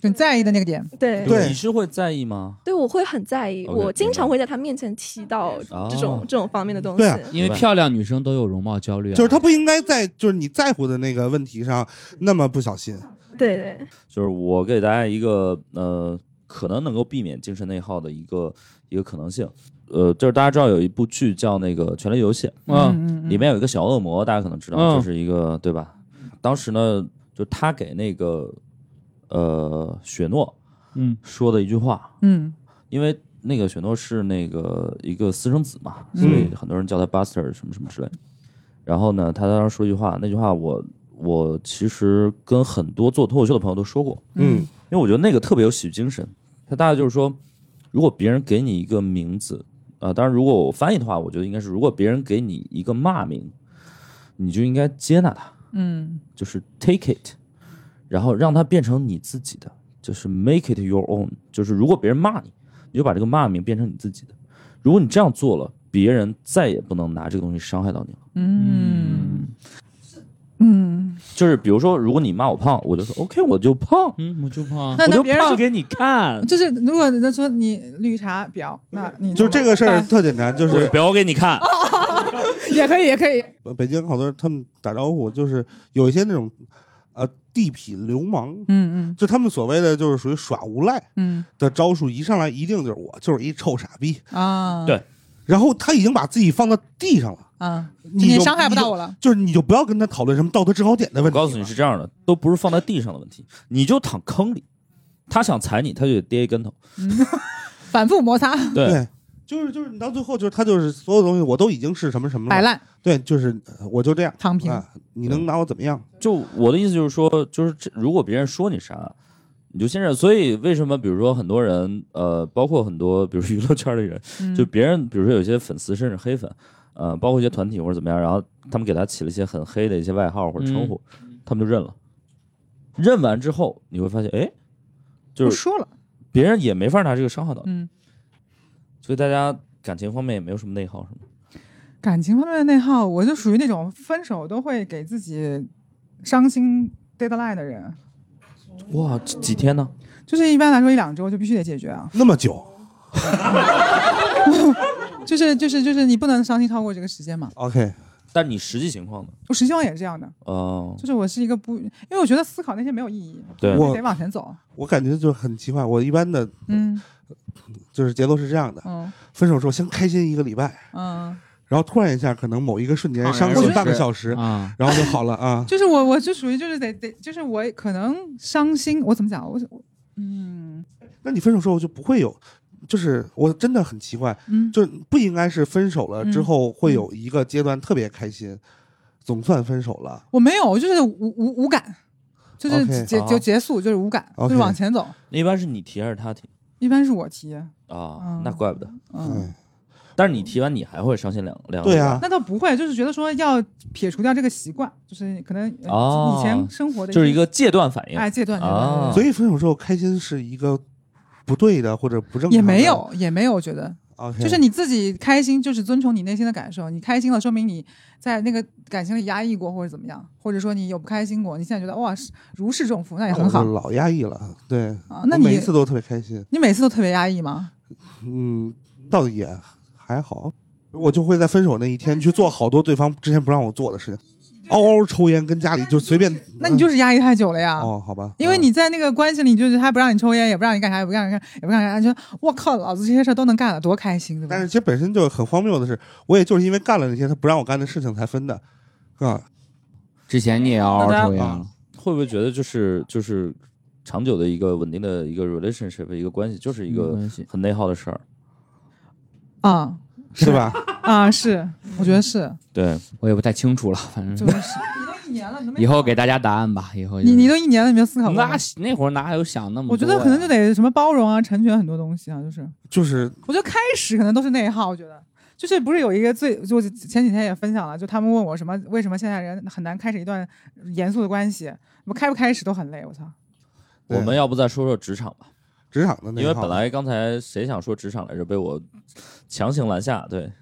B: 就你在意的那个点，
H: 对
C: 对
A: 你是会在意吗？
H: 对，我会很在意
A: OK，
H: 我经常
A: 明白
H: 会在他面前提到
A: 哦
H: 这种、这种方面的东西。
C: 对啊
D: 因为漂亮女生都有容貌焦虑啊，
C: 就是他不应该在就是你在乎的那个问题上那么不小心。
H: 对对，
A: 就是我给大家一个呃，可能能够避免精神内耗的一个一个可能性。呃，就是大家知道有一部剧叫那个《权力游戏》，
D: 嗯，
B: 嗯
A: 里面有一个小恶魔，大家可能知道，
D: 嗯
A: 就是一个对吧？当时呢，就他给那个呃雪诺
D: 嗯
A: 说的一句话，
B: 嗯
A: 因为那个雪诺是那个一个私生子嘛，
B: 嗯
A: 所以很多人叫他 Buster 什么什么之类。然后呢，他当时说一句话，那句话我我其实跟很多做脱口秀的朋友都说过，
B: 嗯
A: 因为我觉得那个特别有喜剧精神。他大概就是说，如果别人给你一个名字，啊、当然如果我翻译的话，我觉得应该是，如果别人给你一个骂名，你就应该接纳他，
B: 嗯
A: 就是 take it，然后让它变成你自己的，就是 make it your own。就是如果别人骂你，你就把这个骂名变成你自己的。如果你这样做了，别人再也不能拿这个东西伤害到你了。
B: 嗯嗯，
A: 就是比如说，如果你骂我胖，我就说 OK，我就胖，
D: 嗯，我就胖，
B: 那
A: 我
B: 那
A: 就
B: 别人
A: 胖
B: 说
A: 给你看，
B: 就是如果他说你绿茶婊，那你
C: 就是这个事儿特简单，就
A: 我
C: 是
A: 表给你看。
B: 也可以也可以，
C: 北京好多人他们打招呼，就是有一些那种呃地痞流氓，
B: 嗯
C: 就他们所谓的就是属于耍无赖
B: 嗯
C: 的招数，一上来一定就是我就是一臭傻逼，
B: 嗯啊，
A: 对
C: 然后他已经把自己放到地上了，
B: 啊，
C: 你
B: 你
C: 就
B: 伤害不
C: 你就
B: 到我了，
C: 就是你就不要跟他讨论什么道德制高点的
A: 我
C: 问题。
A: 告诉你是，这样的，都不是放在地上的问题，你就躺坑里，他想踩你，他就得跌一跟头。
B: 反复摩擦，
A: 对
C: 对，就是就是你到最后就是他就是所有东西我都已经是什么什么
B: 摆
C: 了，
B: 烂
C: 对，就是呃我就这样
B: 躺平，
C: 啊，你能拿我怎么样？
A: 就我的意思就是说，就是这如果别人说你啥，你就先认。所以为什么比如说很多人，呃，包括很多比如娱乐圈的人，
B: 嗯
A: 就别人比如说有些粉丝甚至黑粉，呃，包括一些团体或者怎么样，然后他们给他起了一些很黑的一些外号或者称呼，
B: 嗯
A: 他们就认了。认完之后，你会发现，哎，就
B: 不
A: 是
B: 说了，
A: 别人也没法拿这个伤害到你，
B: 嗯，
A: 所以大家感情方面也没有什么内耗，什么。
B: 感情方面的内耗，我就属于那种分手都会给自己伤心 deadline 的人，
A: 哇，这几天呢？
B: 就是一般来说一两周就必须得解决啊，
C: 那么久
B: 就是就是就是你不能伤心超过这个时间嘛，
C: ，OK，
A: 但你实际情况呢？
B: 我实际上也是这样的，
A: 哦，
B: 就是我是一个不，因为我觉得思考那些没有意义，
A: 对，
C: 我
B: 得往前走，
C: 我感觉就是很奇怪，我一般的
B: 嗯
C: 就是节奏是这样的，
B: 嗯
C: 分手之后先开心一个礼拜，
B: 嗯，
C: 然后突然一下可能某一个瞬间
D: 怅然
C: 伤
B: 若
C: 心
B: 失
C: 半个小时，
D: 啊，
C: 然后就好了啊。
B: 就是我我就属于就是得得就是我可能伤心，我怎么讲，我我嗯
C: 那你分手之后就不会有，就是我真的很奇怪，
B: 嗯，
C: 就是不应该是分手了之后会有一个阶段特别开心，总算分手了。
B: 我没有，我就是无无无感，就是
C: OK，
B: 结
A: 好
B: 就结束，就是无感
C: OK
B: 就是往前走。
A: 一般是你提还是他提？
B: 一般是我提，
A: 啊
B: 嗯，
A: 那怪不得。
B: 嗯，
C: 哎
A: 但是你提完，你还会伤心两两。
C: 对啊，
B: 那倒不会，就是觉得说要撇除掉这个习惯，就是可能呃
A: 哦
B: 以前生活的
A: 就是一
B: 些
A: 个戒断反应。
B: 哎戒断戒断
A: 啊
B: 戒
C: 所以分手之后开心是一个不对的或者不正常
B: 断，
C: 的
B: 也没有也没有觉得
C: OK，
B: 就是你自己开心，就是遵从你内心的感受。你开心了，说明你在那个感情里压抑过，或者怎么样，或者说你有不开心过。你现在觉得哇，是如释重负，那也很好
C: 我老压抑了，对，
B: 啊。那
C: 我嗯每
B: 你
C: 一次都特别开心，
B: 你每次都特别压抑吗？
C: 嗯，倒也还好，我就会在分手那一天去做好多对方之前不让我做的事情，嗷嗷抽烟，跟家里就随便，
B: 那你就是压抑太久了呀。
C: 哦，好吧，
B: 因为你在那个关系里，就是他不让你抽烟，也不让你干啥，也不干啥，也不干啥，觉得我靠，老子这些事儿都能干了，多开心，对吧
C: 但是？这本身就很荒谬的是，我也就是因为干了那些他不让我干的事情才分的， 啊，
D: 之前你也嗷嗷
A: 那大家
D: 抽烟了，
A: 会不会觉得就是就是长久的一个稳定的一个 relationship 一个关系，就是一
D: 没
A: 个
D: 关系
A: 很内耗的事儿？
B: 啊
C: 是吧？
B: 啊，是，我觉得是，
D: 嗯
A: 对，
D: 我也不太清楚了，反正
B: 就是你都一年了，你都没
D: 以后给大家答案吧。以后就
B: 你
D: 是
B: 你都一年了，你没有思考过吗
D: 那？那会儿哪有想那么
B: 我觉得
D: 多啊
B: 可能
D: 呀
B: 就得什么包容啊，成全很多东西啊，就是
C: 就是
B: 我觉得开始可能都是内耗，我觉得。就是不是有一个最，就前几天也分享了，就他们问我什么，为什么现在人很难开始一段严肃的关系，我开不开始都很累，我操！
C: 对
A: 我们要不再说说职场吧，
C: 职场的那
A: 因为
C: 号
A: 本来刚才谁想说职场来着，被我强行拦下。对，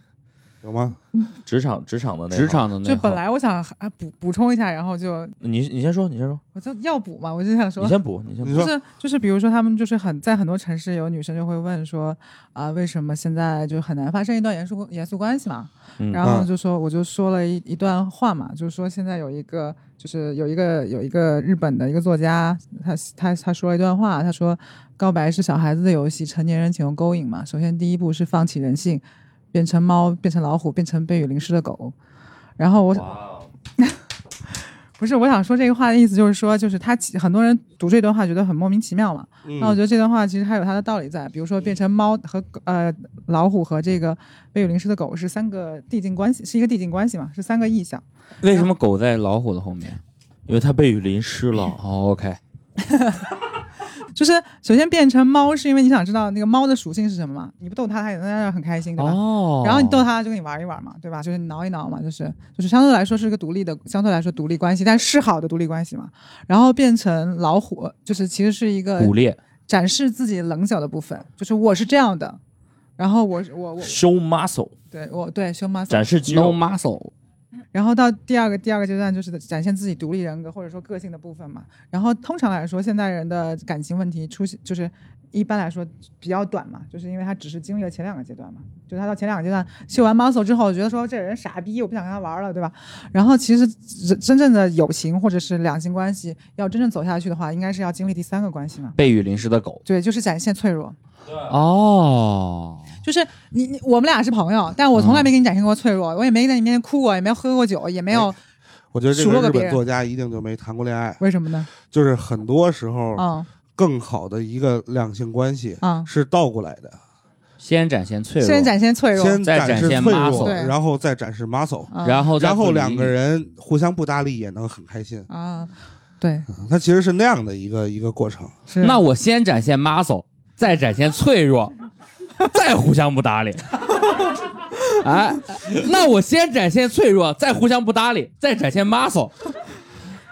C: 有吗？
A: 职场职场的那
D: 职，场的那
B: 就
D: 会
B: 本
D: 儿
B: 来我想还补补充一下，然后就
A: 你你先说，你先说，
B: 我就要补嘛，我就想说
A: 你，先补，你先
C: 你
A: 补。
B: 就
C: 说
B: 是就是，比如说他们就是很在很多城市有女生就会问说啊、为什么现在就很难发生一段严肃严肃关系嘛？
A: 嗯
B: 然后
C: 嗯
B: 就说我就说了一一段话嘛，就是说现在有一个就是有一个有一个日本的一个作家，他他他说了一段话，他说告白是小孩子的游戏，成年人请用勾引嘛。首先第一步是放弃人性，变成猫，变成老虎，变成被雨淋湿的狗。然后我 不是，我想说这个话的意思就是说，就是他其很多人读这段话觉得很莫名其妙嘛。
C: 嗯
D: 嗯
B: 那我觉得这段话其实它有它的道理在，比如说变成猫和狗呃老虎和这个被雨淋湿的狗是三个递进关系，是一个递进关系嘛，是三个意象。
D: 为什么狗在老虎的后面？
A: 因为他被雨淋湿了。
D: 哦，OK，
B: 就是首先变成猫是因为你想知道那个猫的属性是什么嘛，你不逗它它也能在那儿很开心，对吧？
D: 哦，
B: 然后你逗它就跟你玩一玩嘛，对吧？就是挠一挠嘛，就是就是相对来说是个独立的，相对来说独立关系，但是好的独立关系嘛。然后变成老虎，就是其实是一个
D: 骨裂
B: 展示自己棱角的部分，就是我是这样的，然后我是我我
A: Show muscle，
B: 对我对 show muscle，
A: 展示肌
D: ，no
A: 肉。
D: muscle，
B: 然后到第二个第二个阶段就是展现自己独立人格或者说个性的部分嘛。然后通常来说，现代人的感情问题出现就是一般来说比较短嘛，就是因为他只是经历了前两个阶段嘛，就是他到前两个阶段秀完 muscle 之后，觉得说这人傻逼，我不想跟他玩了，对吧？然后其实真真正的友情或者是两性关系要真正走下去的话，应该是要经历第三个关系嘛。
D: 被雨淋湿的狗。
B: 对，就是展现脆弱，
D: 哦，
B: 就是你你我们俩是朋友，但我从来没给你展现过脆弱，我也没在你面前哭过，也没喝过酒，也没有，
C: 我觉得这
B: 数落个
C: 个日
B: 别
C: 本
B: 人
C: 作家一定就没谈过恋爱，
B: 为什么呢？
C: 就是很多时候
B: 啊、
C: 更好的一个两性关系
B: 啊、
C: 是倒过来的，
D: 先展现脆弱，
B: 先展现脆弱，
C: 先
D: 再展
C: 示
D: 现
C: 脆
D: muscle
C: 弱，
B: 对
C: 然后再展示 muscle，
B: 啊
D: 然后再
C: 然后
D: 鼓励
C: 两个人互相不搭理也能很开心。
B: 啊，对，
C: 它其实是那样的一个一个过程。
B: 是
D: 那我先展现 muscle，再展现 脆弱，再互相不搭理。哎，那我先展现脆弱，再互相不搭理，再展现 muscle，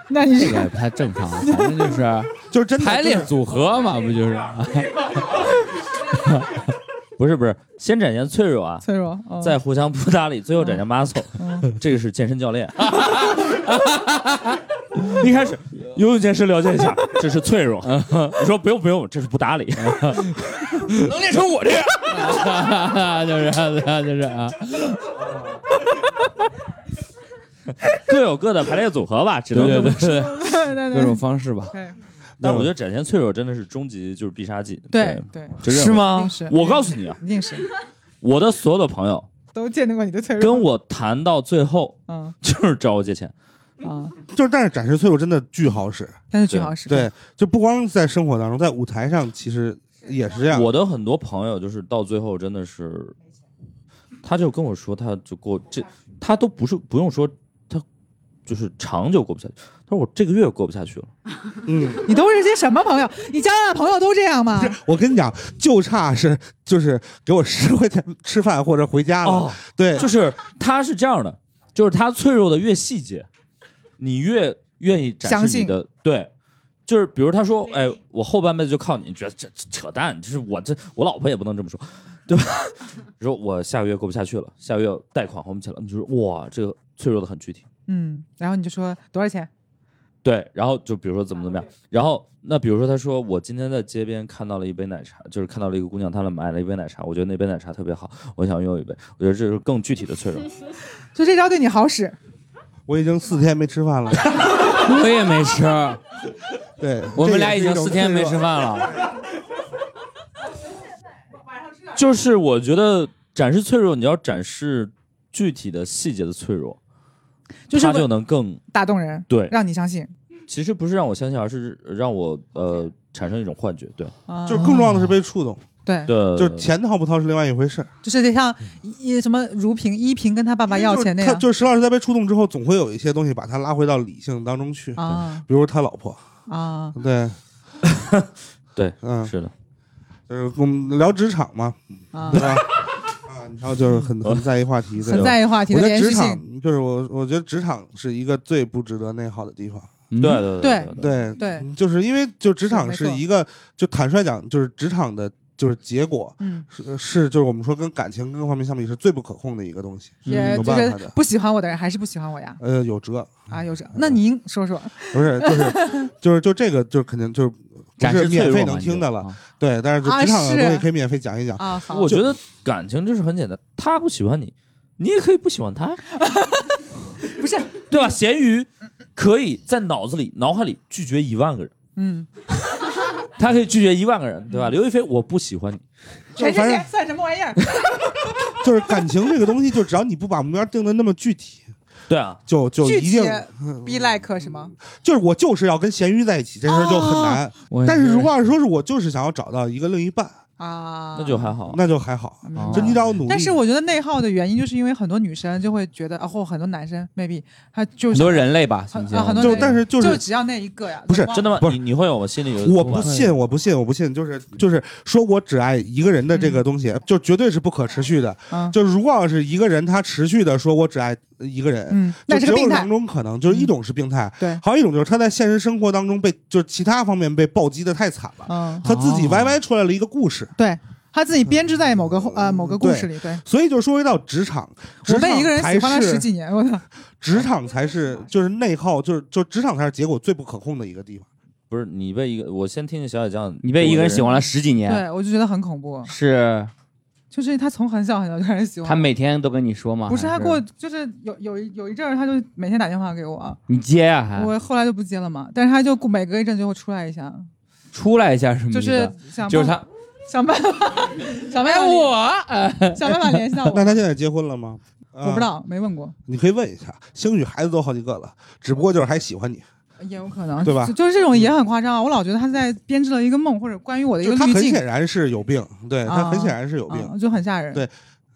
B: 那你
D: 这个也不太正常，啊 反正就是
C: 就是真的
D: 排列
C: 就是
D: 组合嘛，不就是？
A: 不是不是，先展现脆弱啊，
B: 脆弱，嗯
A: 再互相不搭理，最后展现 muscle。这个 是健身教练。一开始游泳健身了解一下，这是脆弱。
D: 嗯
A: 你说不用不用，这是不搭理。
D: 能练成我这样， 就是就是啊，
A: 各有各的排列组合吧，只
D: 对
A: 能这
D: 对
A: 么
D: 对
B: 对
D: 对，
B: 对
D: 各
B: 对
D: 种方式吧。嗯
A: 但我觉得展现脆弱真的是终极就是必杀技。
B: 对对，
A: 对，
D: 是
B: 一
D: 吗
B: 定？是，
A: 我告诉你啊，
B: 一定是
A: 我的所有的朋友
B: 都见证过你的脆弱，
A: 跟我谈到最后
B: 嗯
A: 就是找我借钱，
B: 啊，
C: 就是，但是展示脆弱真的巨好使。
B: 但是最好是，
C: 对，就不光在生活当中，在舞台上其实也是这样。
A: 我的很多朋友就是到最后真的是，他就跟我说，他就过这，他都不是不用说，他就是长久过不下去。他说我这个月过不下去了，
C: 嗯，
B: 你都是些什么朋友？你交的朋友都这样吗？
C: 我跟你讲，就差是就是给我十块钱吃饭或者回家了。
A: 哦，
C: 对，
A: 就是他是这样的，就是他脆弱的越细节，你越愿意展
B: 相
A: 示你
B: 信
A: 的对。就是比如他说，哎，我后半辈子就靠你，你觉得这这扯淡，就是我这我老婆也不能这么说，对吧？ 你说我下个月过不下去了，下个月贷款还不起了，你就说哇，这个脆弱的很具体。
B: 嗯，然后你就说多少钱？
A: 对，然后就比如说怎么
B: 哦
A: 怎么样，然后那比如说他说我今天在街边看到了一杯奶茶，就是看到了一个姑娘，她们买了一杯奶茶，我觉得那杯奶茶特别好，我想拥有一杯，我觉得这是更具体 的脆弱。
B: 就这招对你好使。
C: 我已经四天没 吃饭了，
D: 我也没吃，
C: 对，
D: 我们
C: 这也
D: 俩
C: 是
D: 已
C: 一
D: 经
C: 种
D: 四天没
C: 脆
D: 吃
C: 弱
D: 饭了。
A: 就是我觉得展示脆弱，你要展示具体的细节的脆弱，
B: 就是
A: 它
B: 为
A: 就能更
B: 打动人，
A: 对。
B: 让你相信。
A: 其实不是让我相信，而是让我呃产生一种幻觉，对
B: 啊
C: 就是更重要的是被触动，
B: 对，
A: 对，
C: 就是钱掏不掏是另外一回事。
B: 就是得像一一什么如萍、依萍跟他爸爸要钱那
C: 就是他
B: 样
C: 就是石老师在被触动之后，总会有一些东西把他拉回到理性当中去，
B: 啊
C: 比如他老婆，
B: 啊，
C: 对，
A: 对，
C: 嗯，
A: 是的，
C: 就是我们聊职场嘛，
B: 啊
C: 对吧？啊，然后就是很很在意话题，对吧
B: 很在意话题
C: 我
B: 的
C: 觉
B: 连
C: 得职
B: 续性。
C: 场就是我，我觉得职场是一个最不值得内耗的地方。
D: 嗯
A: 对，对对
C: 对嗯
B: 对，
C: 就是因为就职场
B: 是没错
C: 是一个，就坦率讲，就是职场的，就是结果
B: 嗯，
C: 是是就是我们说跟感情各方面相比是最不可控的一个东西。
B: 也
C: 嗯有
B: 就
C: 办法
B: 是
C: 的嗯
B: 不喜欢我的人还是不喜欢我呀
C: 呃，有辙，
B: 啊，有这？那您说说，
C: 不是，就是就是就这个，就是肯定就是不
D: 展示
C: 是
D: 脆
C: 免
D: 弱
C: 费
D: 嘛
C: 能
D: 你就
C: 听的了，
D: 啊
C: 对，但是就
B: 啊
C: 职场的
B: 是
C: 东西可以免费讲一讲。
B: 啊，好，
A: 我觉得感情就是很简单，他不喜欢你，你也可以不喜欢他，
B: 不是，
A: 对吧？咸鱼可以在脑子里、脑海里拒绝一万个人，
B: 嗯，
A: 他可以拒绝一万个人，对吧？刘亦菲，我不喜欢你，
C: 就是
B: 全世
C: 反
B: 界
C: 正
B: 哎算什么玩意儿？
C: 就是感情这个东西，就只要你不把目标定的那么具体，
A: 对啊，
C: 就就
B: 具
C: 一
B: 体
C: 定嗯
B: be like 什么？
C: 就是我就是要跟咸鱼在一起，这事儿就很难。
B: 哦
D: 我也
C: 但是如果要是说是我就是想要找到一个另一半，
B: 啊，
A: 那就还好。
C: 那就还好，
B: 明
D: 哦
B: 白
C: 就你只要努力。
B: 但是我觉得内耗的原因，就是因为很多女生就会觉得，啊，或很多男生 maybe 他就
D: 很
B: 是
D: 多人类吧，
B: 很
D: 信不信
B: 啊很多
C: 就
B: 人
C: 但是就
B: 就是只要那一个呀，
C: 不是
B: 就
A: 真的吗
C: 不？是
A: 你你会有我心里有
C: 我
A: 突然
C: 不信，我不信，我不信，就是就是说我只爱一个人的这个东西，就绝对是不可持续的。
B: 嗯
C: 就是如果要是一个人他持续的说我只爱一个人，
B: 嗯，那
C: 就是只
B: 个
C: 有
B: 病态嗯
C: 两，种可能，就是一种是病态，
B: 对
C: 还有一种就是他在现实生活当中被就是其他方面被暴击的太惨了，
B: 嗯，
C: 他自己歪歪出来了一个故事。
B: 对他自己编织在某个呃某个故
C: 对
B: 事里，对
C: 所以就说回到职场，职
B: 我
C: 场
B: 被一个人
C: 才
B: 喜欢了
C: 是
B: 十几年，我操，
C: 职场才是就是内耗，就是就职场才是结果最不可控的一个地方。
A: 不是你被一个，我先听听小野酱，
D: 你被一个人喜欢了十几年，
B: 对我就觉得很恐怖，
D: 是
B: 就是他从很小很小就开始喜
D: 他
B: 欢。
D: 每天都跟你说吗？
B: 不是
D: 啊还
B: 他给我，就是有有一有一阵儿，他就每天打电话给我，
D: 你接呀，还
B: 我后来就不接了嘛。但是他就每隔一阵就会出来一下，
D: 出来一下什么意
B: 就
D: 思？
B: 是想
D: 嗯就是
B: 办
D: 他
B: 想办法想 办法我想办法联系到
C: 那
B: 我，
C: 他现在结婚了吗？呃
B: 哦我不知，道没问过，
C: 你可以问一下，兴许孩子都好几个了，只不过就是还喜欢你，
B: 也有可能
C: 对吧
B: 就就是这种也很夸张啊，我老觉得他在编织了一个梦或者关于我的一
C: 就
B: 个
C: 是他
B: 滤
C: 很
B: 镜
C: 显，然是有病，对
B: 啊
C: 他很显然是有病，
B: 啊就很吓人。
C: 对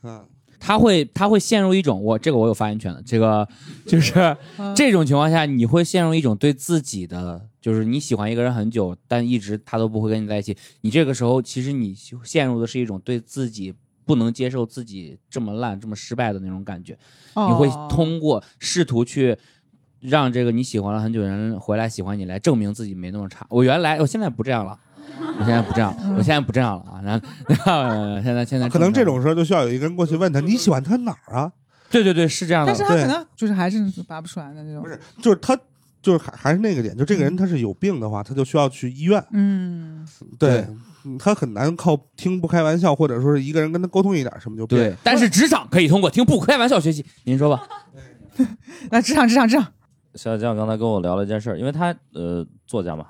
C: 嗯，
B: 哎
D: 他会他会陷入一种我这个我有发言权的，这个就是
B: 嗯
D: 这种情况下，你会陷入一种对自己的，就是你喜欢一个人很久，但一直他都不会跟你在一起。你这个时候，其实你陷入的是一种对自己不能接受自己这么烂、这么失败的那种感觉。你会
B: 哦
D: 通过试图去让这个你喜欢了很久的人回来喜欢你，来证明自己没那么差。我原来我现在不这样了。我现在不这样，我现在不这样了啊！然后，然后现在现在
C: 可能这
D: 正常了
C: 种时候就需要有一个人过去问他，你喜欢他哪儿啊？
D: 对对对是这样的
B: 但是，他可
C: 对
B: 能就是还是拔不出来的那种。
C: 不是，就是他。就是还还是那个点，就这个人他是有病的话，他就需要去医院。
B: 嗯，
C: 对，嗯他很难靠听不开玩笑，或者说是一个人跟他沟通一点什么就变
D: 对，但是职场可以通过听不开玩笑学习。您说吧，
B: 来职场职场职场，
A: 小野酱刚才跟我聊了一件事儿，因为他呃作家嘛，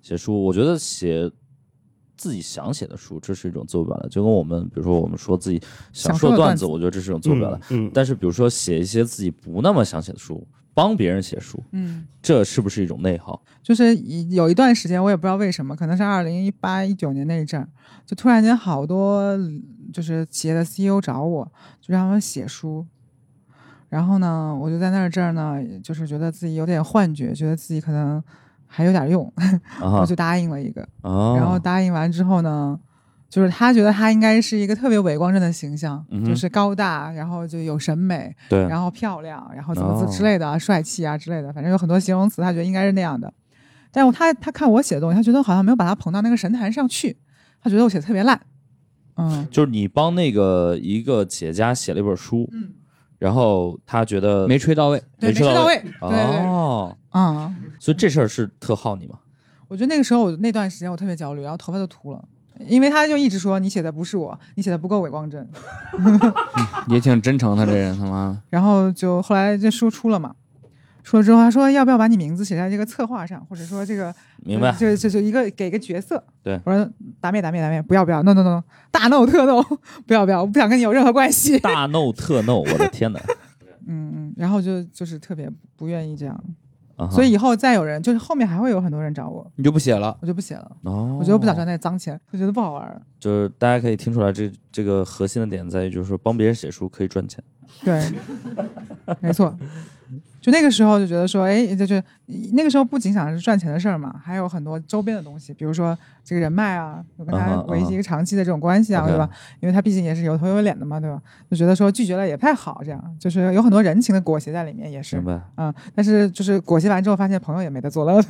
A: 写书，我觉得写自己想写的书，这是一种自我表达，就跟我们比如说我们说自己想
B: 想说
A: 说
B: 的
A: 段
B: 段
A: 子，
B: 子
A: 我觉得这是一种自我表达。
C: 嗯，嗯
A: 但是比如说写一些自己不那么想写的书，帮别人写书，
B: 嗯，
A: 这是不是一种内耗？
B: 就是一有一段时间，我也不知道为什么，可能是二零一八一九年那一阵儿，就突然间好多嗯就是企业的 CEO 找我，就让我写书。然后呢，我就在那儿这儿呢，就是觉得自己有点幻觉，觉得自己可能还有点用，
A: 啊
B: 我就答应了一个。
A: 啊，
B: 然后答应完之后呢，就是他觉得他应该是一个特别伟光正的形象，
A: 嗯哼
B: 就是高大，然后就有审美，
A: 对，
B: 然后漂亮，然后怎么怎么
A: 哦
B: 之类的啊，帅气啊之类的，反正有很多形容词，他觉得应该是那样的。但是他他看我写的东西，他觉得好像没有把它捧到那个神坛上去，他觉得我写的特别烂。嗯，
A: 就是你帮那个一个企业家写了一本书，
B: 嗯，
A: 然后他觉得
D: 没吹到位。
B: 对，没
A: 吹
B: 吹到
A: 到
B: 位，对对对，
A: 哦，
B: 啊、
A: 所以这事儿是特耗你嘛？
B: 我觉得那个时候我那段时间我特别焦虑，然后头发都秃了，因为他就一直说你写的不是我，你写的不够伪光正。
D: 也挺真诚，他这人他妈
B: 然后就后来这书出了嘛，出了之后他说要不要把你名字写在这个策划上，或者说这个呃
A: 明白？
B: 就就就一个给一个角色。
A: 对
B: 我说打灭打灭打灭，不要不要，no no no no，大 no 特 no，不要不要，我不想跟你有任何关 系。
A: 大 no 特 no，我 的天哪！
B: 嗯嗯，然后就就是特别不愿意这样，
A: 啊哈
B: 所以以后再有人，就是后面还会有很多人找我，
D: 你就不写了。
B: 我就不写了，
A: 哦，
B: 我觉得不想赚那脏钱，我觉得不好玩儿。
A: 就是大家可以听出来这，这个核心的点在于，就是说帮别人写书可以赚钱。
B: 对，没错。就那个时候就觉得说，哎，就是那个时候不仅想是赚钱的事儿嘛，还有很多周边的东西，比如说这个人脉啊，有跟
A: 嗯
B: 他
A: 哼
B: 维
A: 嗯
B: 系
A: 哼
B: 一个长期的这种关系啊，
A: OK
B: 对吧？因为他毕竟也是有头有脸的嘛，对吧？就觉得说拒绝了也不太好，这样就是有很多人情的裹挟在里面，也是
A: 明白？
B: 啊、但是就是裹挟完之后，发现朋友也没得做了，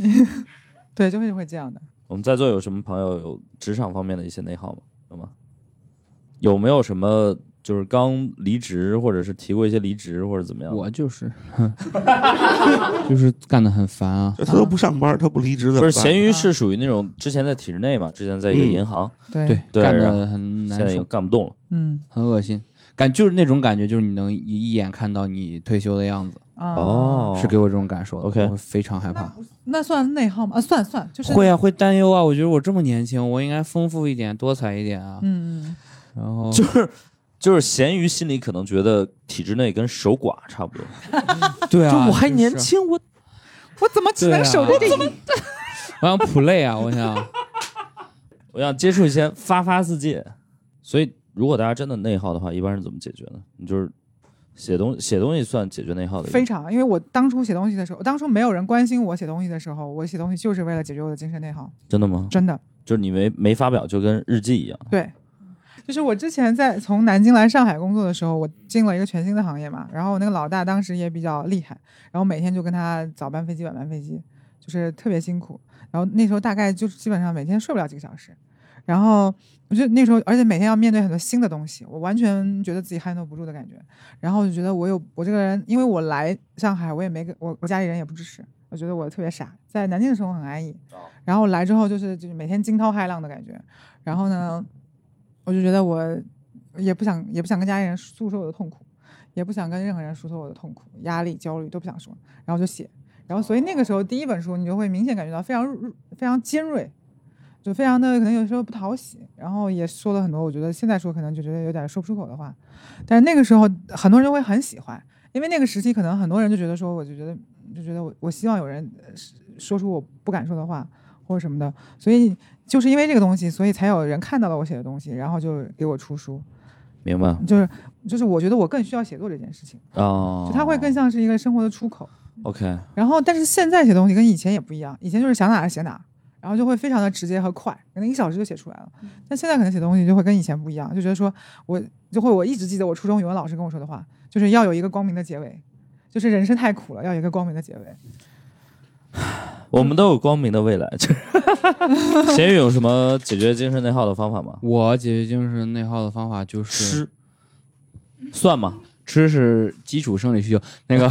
B: 对，就会会这样的。
A: 我们在座有什么朋友有职场方面的一些内耗吗？有吗？有没有什么就是刚离职，或者是提过一些离职，或者怎么样？
D: 我就是， 就是干得很烦啊。
C: 他都不上班，他不离职怎么
A: 不是
C: 办？
A: 闲鱼是属于那种之前在体制内嘛，之前在一个
C: 嗯
A: 银行，
B: 对，
D: 对，
A: 对
D: 干
A: 然
D: 得
A: 后
D: 很
A: 现在
D: 难
A: 已经
D: 受，
A: 干不动了。
B: 嗯
D: 很恶心，感就是那种感觉，就是你能一一眼看到你退休的样子，
B: 啊，
A: 哦，
D: 是给我这种感受的。
A: OK
D: 我非常害怕。
B: 那算内耗吗？啊，算算，就是
D: 会啊，会担忧啊。我觉得我这么年轻，我应该丰富一点，多彩一点啊。
B: 嗯嗯，
D: 然后
A: 就是就是咸鱼心里可能觉得体制内跟守寡差不多，
D: 对啊，
A: 就我还
D: 是
A: 年，轻，我
B: 我怎么只能守着这
D: 对啊 我想 play 啊，我想。
A: 我想接触一些发发世界。所以，如果大家真的内耗的话，一般是怎么解决呢？你就是写东写东西算解决内耗的一个
B: 非常，因为我当初写东西的时候，当初没有人关心我写东西的时候，我写东西就是为了解决我的精神内耗，
A: 真的吗？
B: 真的。
A: 就是你没没发表，就跟日记一样。
B: 对，就是我之前在从南京来上海工作的时候，我进了一个全新的行业嘛，然后我那个老大当时也比较厉害，然后每天就跟他早班飞机晚班飞机，就是特别辛苦。然后那时候大概就是基本上每天睡不了几个小时，然后我就那时候，而且每天要面对很多新的东西，我完全觉得自己 handle 不住的感觉。然后我就觉得我有我这个人，因为我来上海，我也没跟我我家里人也不支持，我觉得我特别傻，在南京的时候很安逸，然后来之后就是就是每天惊涛骇浪的感觉。然后呢，我就觉得我也不想也不想跟家里人诉说我的痛苦，也不想跟任何人诉说我的痛苦、压力、焦虑都不想说，然后就写。然后所以那个时候第一本书，你就会明显感觉到非常入非常尖锐，就非常的可能有时候不讨喜，然后也说了很多我觉得现在说可能就觉得有点说不出口的话，但是那个时候很多人就会很喜欢，因为那个时期可能很多人就觉得说，我就觉得就觉得我我希望有人呃说出我不敢说的话或者什么的，所以就是因为这个东西，所以才有人看到了我写的东西，然后就给我出书，
A: 明白
B: 就是就是我觉得我更需要写作这件事情，
A: 哦
B: 就，它会更像是一个生活的出口。
A: OK。
B: 然后，但是现在写东西跟以前也不一样，以前就是想哪儿写哪儿，然后就会非常的直接和快，可能一小时就写出来了。但现在可能写东西就会跟以前不一样，就觉得说我就会我一直记得我初中语文老师跟我说的话，就是要有一个光明的结尾，就是人生太苦了，要有一个光明的结尾。
A: 我们都有光明的 未来。就是咸鱼有什么解决精神内耗的方法吗？
D: 我解决精神内耗的方法就是
A: 吃算吗？
D: 吃是基础生理需求。那个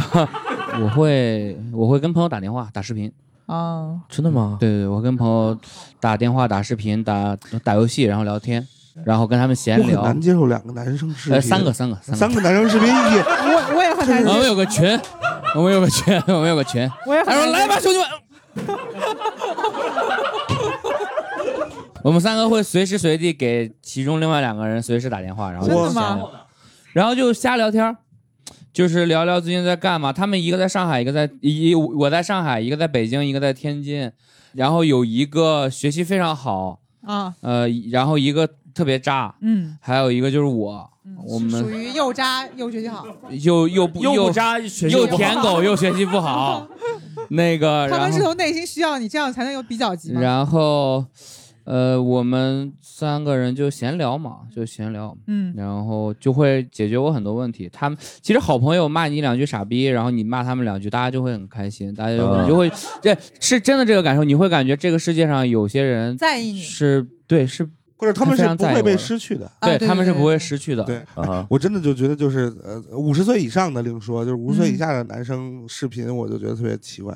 D: 我会我会跟朋友打电话打视频，
B: 啊、
A: 真的吗？
D: 对对对，我跟朋友打电话打视频打打游戏，然后聊天，然后跟他们闲
C: 我很
D: 聊
C: 难。接受两个男生视频，
D: 呃，三个三个三
C: 三个男生 视频也
B: 我我也很难
D: 我
B: 接，
D: 们有个群，我们有个群，我们有个群。
B: 我也
D: 他
B: 很
D: 说：“
B: 难
D: 来吧，兄弟们，我们三个会随时随地给其中另外两个人随时打电话，然后
B: 真
D: 就
B: 的
D: 瞎
B: 吗
D: 聊，然后就瞎聊天儿，就是聊聊最近在干嘛。他们一个在上海，一个在一我在上海，一个在北京，一个在天津，然后有一个学习非常好，
B: 啊，
D: 呃，然后一个特别渣，
B: 嗯，
D: 还有一个就是我，我
B: 属
D: 们
B: 于又渣又学习好，
D: 又又不
A: 又
D: 又
A: 不渣，学习
D: 又
A: 又不好
D: 舔狗又学习 不好，那个
B: 他
D: 然
B: 们是
D: 后
B: 从内心需要你，这样才能有比较级嘛。
D: 然后呃，我们三个人就闲聊嘛，就闲聊，
B: 嗯，
D: 然后就会解决我很多问题。他们其实好朋友骂你两句傻逼，然后你骂他们两句，大家就会很开心，大家就会
C: 嗯
A: 啊
D: 你就会，这是真的这个感受，你会感觉这个世界上有些人
B: 在意你
D: 是对是
C: 或者他们
D: 非
C: 是
D: 常
C: 不
D: 在意
C: 会
D: 我
C: 被
D: 的
C: 失去的。
B: 啊对
D: 他
B: 对
D: 们是
B: 对
D: 不会
B: 对
D: 失去的。
C: 对，
A: 啊 哈，
C: 我真的就觉得就是呃，五十岁以上的另说，就是五
D: 嗯
C: 十岁以下的男生视频，我就觉得特别奇怪。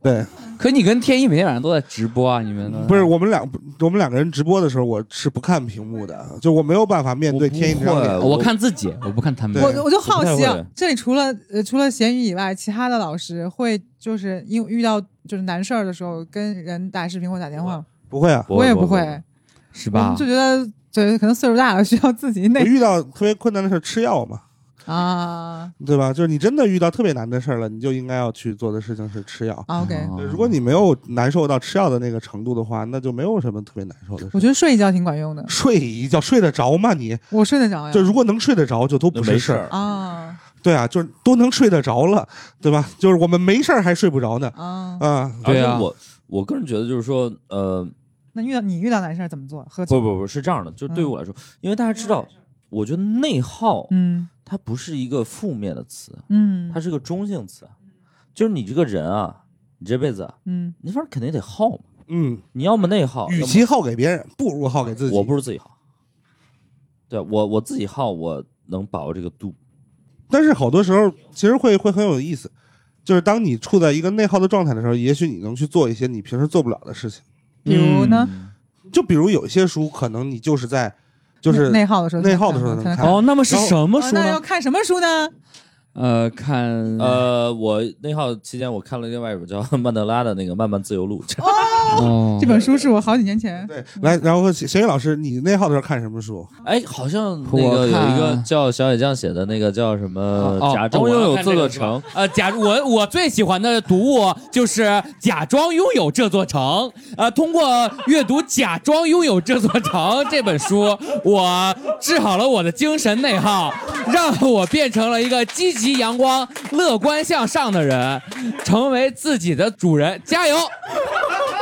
C: 对，
D: 可你跟天一每天晚上都在直播啊，你们呢
C: 不是我们两我们两个人直播的时候，我是不看屏幕的，就我没有办法面对
A: 我不
C: 天一这张脸
A: 会。
D: 我啊看自己，我不看他们。
C: 对
B: 我我就好
A: 不
B: 奇
A: 太
B: 啊
A: 会，
B: 这里除了呃除了咸鱼以外，其他的老师会就是因遇到就是难事儿的时候跟人打视频或打电话吗，
C: 不会啊，
A: 不
B: 我也
A: 不
B: 会，
D: 是
B: 我
D: 吧
B: 们就？觉得对，可能岁数大了需要自己
C: 我
B: 内
C: 遇到特别困难的事儿吃药嘛，
B: 啊
C: 对吧？就是你真的遇到特别难的事儿了，你就应该要去做的事情是吃药。
B: 啊 OK。
D: 哦
A: 嗯
C: 对如果你没有难受到吃药的那个程度的话，那就没有什么特别难受的事。哎
B: 我觉得睡一觉挺管用的，
C: 睡一觉睡得着吗你？
B: 我睡得着呀。
C: 就如果能睡得着，就都不
A: 没
C: 是
A: 事
C: 事儿。
A: 儿。
B: 啊
C: 对啊，就是都能睡得着了，对吧？就是我们没事儿还睡不着呢，
B: 啊，
C: 啊，
A: 而且
D: 对啊
A: 我我个人觉得就是说，呃，
B: 那遇到你遇到难事儿怎么做？喝酒
A: 不不不是这样的，就对于
B: 嗯
A: 我来说，因为大家知道，我觉得内耗
B: 嗯
A: 它不是一个负面的词，
B: 嗯
A: 它是个中性词，就是你这个人啊，你这辈子啊
B: 嗯
A: 你反正肯定得耗嘛，
C: 嗯，
A: 你要么内耗，
C: 与
A: 要么
C: 其耗给别人，不如耗给自己。
A: 我不如自己耗。对我我自己耗，我能把握这个度。
C: 但是好多时候其实会会很有意思，就是当你处在一个内耗的状态的时候，也许你能去做一些你平时做不了的事情。
B: 比如呢
D: 嗯
C: 就比如有一些书，可能你就是在就是
B: 内内耗的时候才
C: 内
B: 能看，
C: 耗的时候
B: 才
C: 能
B: 能
C: 看
D: 哦，那么是
C: 然后
D: 什么
B: 哦
D: 书
B: 那要
D: 呢？
B: 看什么书呢？
D: 呃，看
A: 呃，我内耗期间，我看了另外一本叫 《曼德拉的那个漫漫自由路》，
D: 哦
B: 这本书是我好几年前
C: 对，来，然后小雨老师，你内耗的时候看什么书？
A: 哎，好像那
D: 我
A: 个有
D: 看
A: 一个叫小野将写的那个叫什么
D: 哦
A: 《呃假装
D: 哦
A: 拥有
D: 我看
A: 这
D: 这
A: 座
D: 个
A: 城》，
D: 呃，假如我我最喜欢的读物就是《假装拥有这座城》。呃，通过阅读《假装拥有这座城》这本书，我治好了我的精神内耗，让我变成了一个积极、阳光、乐观向上的人，成为自己的主人。加油！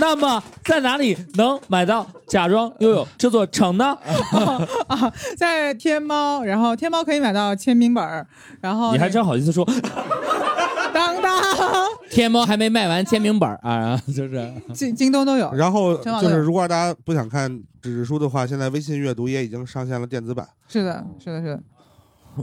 D: 那么，在哪里能买到《假装拥有这座城》呢？
B: 啊，在天猫，然后天猫可以买到签名本儿，然后
A: 你还
B: 那个
A: 真好意思说，
B: 当当，
D: 天猫还没卖完签名本儿啊，然后就是。
B: 京京东都有。
C: 然后
B: 陈老
C: 就是，
B: 师
C: 如果大家不想看纸质书的话，现在微信阅读也已经上线了电子版。
B: 是的，是的，是的。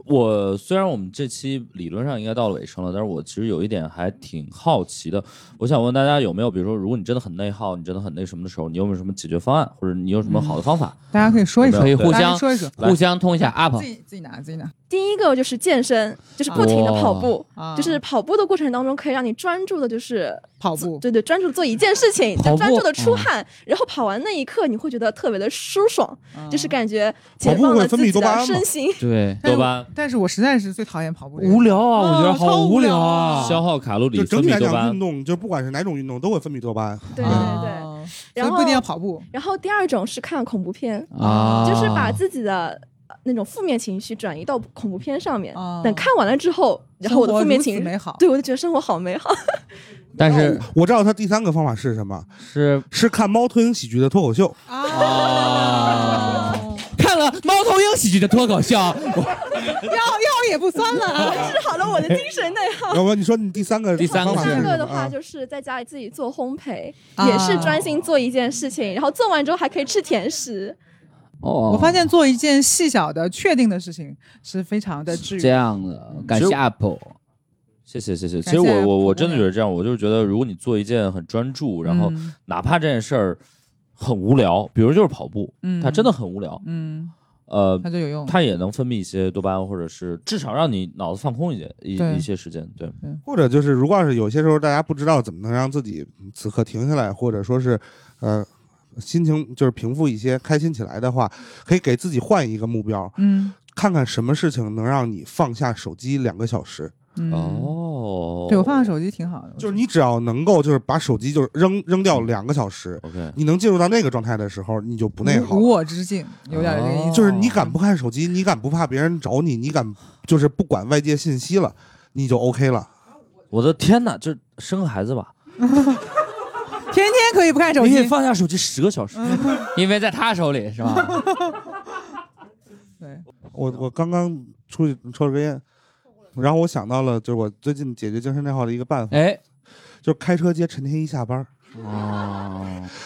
A: 我虽然我们这期理论上应该到了尾声了，但是我其实有一点还挺好奇的，我想问大家有没有，比如说，如果你真的很内耗，你真的很那什么的时候，你有没有什么解决方案，或者你有什么好的方法？
D: 嗯
B: 大家可以说一说，
A: 可以
D: 互
B: 大家
D: 相
B: 说一说，
A: 来
D: 互相通一下 up
B: 自。己自己拿，自己拿
H: 第一个就是健身，就是不停的跑步，
B: 啊，
H: 就是跑步的过程当中可以让你专注的，就是
B: 跑步。嗯
H: 对对，专注做一件事情，
D: 跑
H: 就
D: 步
H: 专注的出汗，然后跑完那一刻你会觉得特别的舒爽，
B: 啊
H: 就是感觉解放了自己的身心。
D: 对，
B: 但是
A: 多巴胺
B: 但是我实在是最讨厌跑步这个，
D: 无聊啊，我觉得
B: 啊超
D: 好
B: 无
D: 聊
B: 聊啊
A: 消耗卡路里，
C: 就整
A: 分
C: 体
A: 泌
C: 来
A: 多巴
C: 讲，
A: 胺
C: 运。动就不管是哪种运动，都会分泌多巴胺。
H: 对对对，
B: 啊所
H: 然
B: 以
H: 后
B: 不一定要跑步。
H: 然后第二种是看恐怖片，
D: 啊，
H: 就是把自己的。呃那种负面情绪转移到恐怖片上面
B: 啊，
H: 等看完了之后，然后我的
B: 生活
H: 负面
B: 如此
H: 情绪，
B: 美好，
H: 对我就觉得生活好美好。
D: 但是
C: 我知道他第三个方法是什么，
D: 是
C: 是看猫头鹰喜剧的脱 口秀。
B: 啊，
D: 看了猫头鹰喜剧的脱口秀，
B: 腰腰也不酸 了。
H: 治好了我的精神内耗。
C: 要不你说你第三个
D: 第三个
C: 方
H: 第
C: 法是
H: 二
C: 什么
H: 个的话，
C: 啊
H: 就是在家里自己做烘焙，
B: 啊
H: 也是专心做一件事情，然后做完之后还可以吃甜食。
D: 哦
B: 我发现做一件细小的、确定的事情是非常的治
D: 这
B: 愈。
D: 样的，感谢啊
A: 其实
D: Apple，
A: 谢谢谢谢，其
B: 感
A: 实
B: 谢
A: 我我
B: 普
A: 我
B: 姑
A: 真的觉得这样，我就是觉得，如果你做一件很专注，然后
B: 嗯
A: 哪怕这件事儿很无聊，比如就是跑步，
B: 嗯
A: 它真的很无聊，
B: 嗯，
A: 呃，
B: 它就有用。
A: 它也能分泌一些多巴胺，或者是至少让你脑子放空一些一
B: 对
A: 一些时间。对，
C: 或者就是，如果要是有些时候大家不知道怎么能让自己此刻停下来，或者说是，呃，心情就是平复一些，开心起来的话，可以给自己换一个目标，
B: 嗯
C: 看看什么事情能让你放下手机两个小时。
B: 嗯，
A: 哦，
B: 对我放下手机挺好的，
C: 就是你只要能够就是把手机就是扔扔掉两个小时，
A: OK，
C: 你能进入到那个状态的时候，你就不内耗
B: 无无
C: 了。
B: 我哦之境，有点这个意思。
C: 就是你敢不看手机，你敢不怕别人找你，你敢就是不管外界信息了，你就 OK 了。
A: 我的天哪，这生个孩子吧，
C: 哦
B: 天天可以不看手
A: 你可以
B: 机。
A: 放下手机十个小时。
D: 因为在他手里是吧？
B: 对，
C: 我我刚刚出去抽了根烟，然后我想到了，就是我最近解决精神内耗的一个办法，
D: 哎，
C: 就是开车接陈天一下班儿。
D: 哦，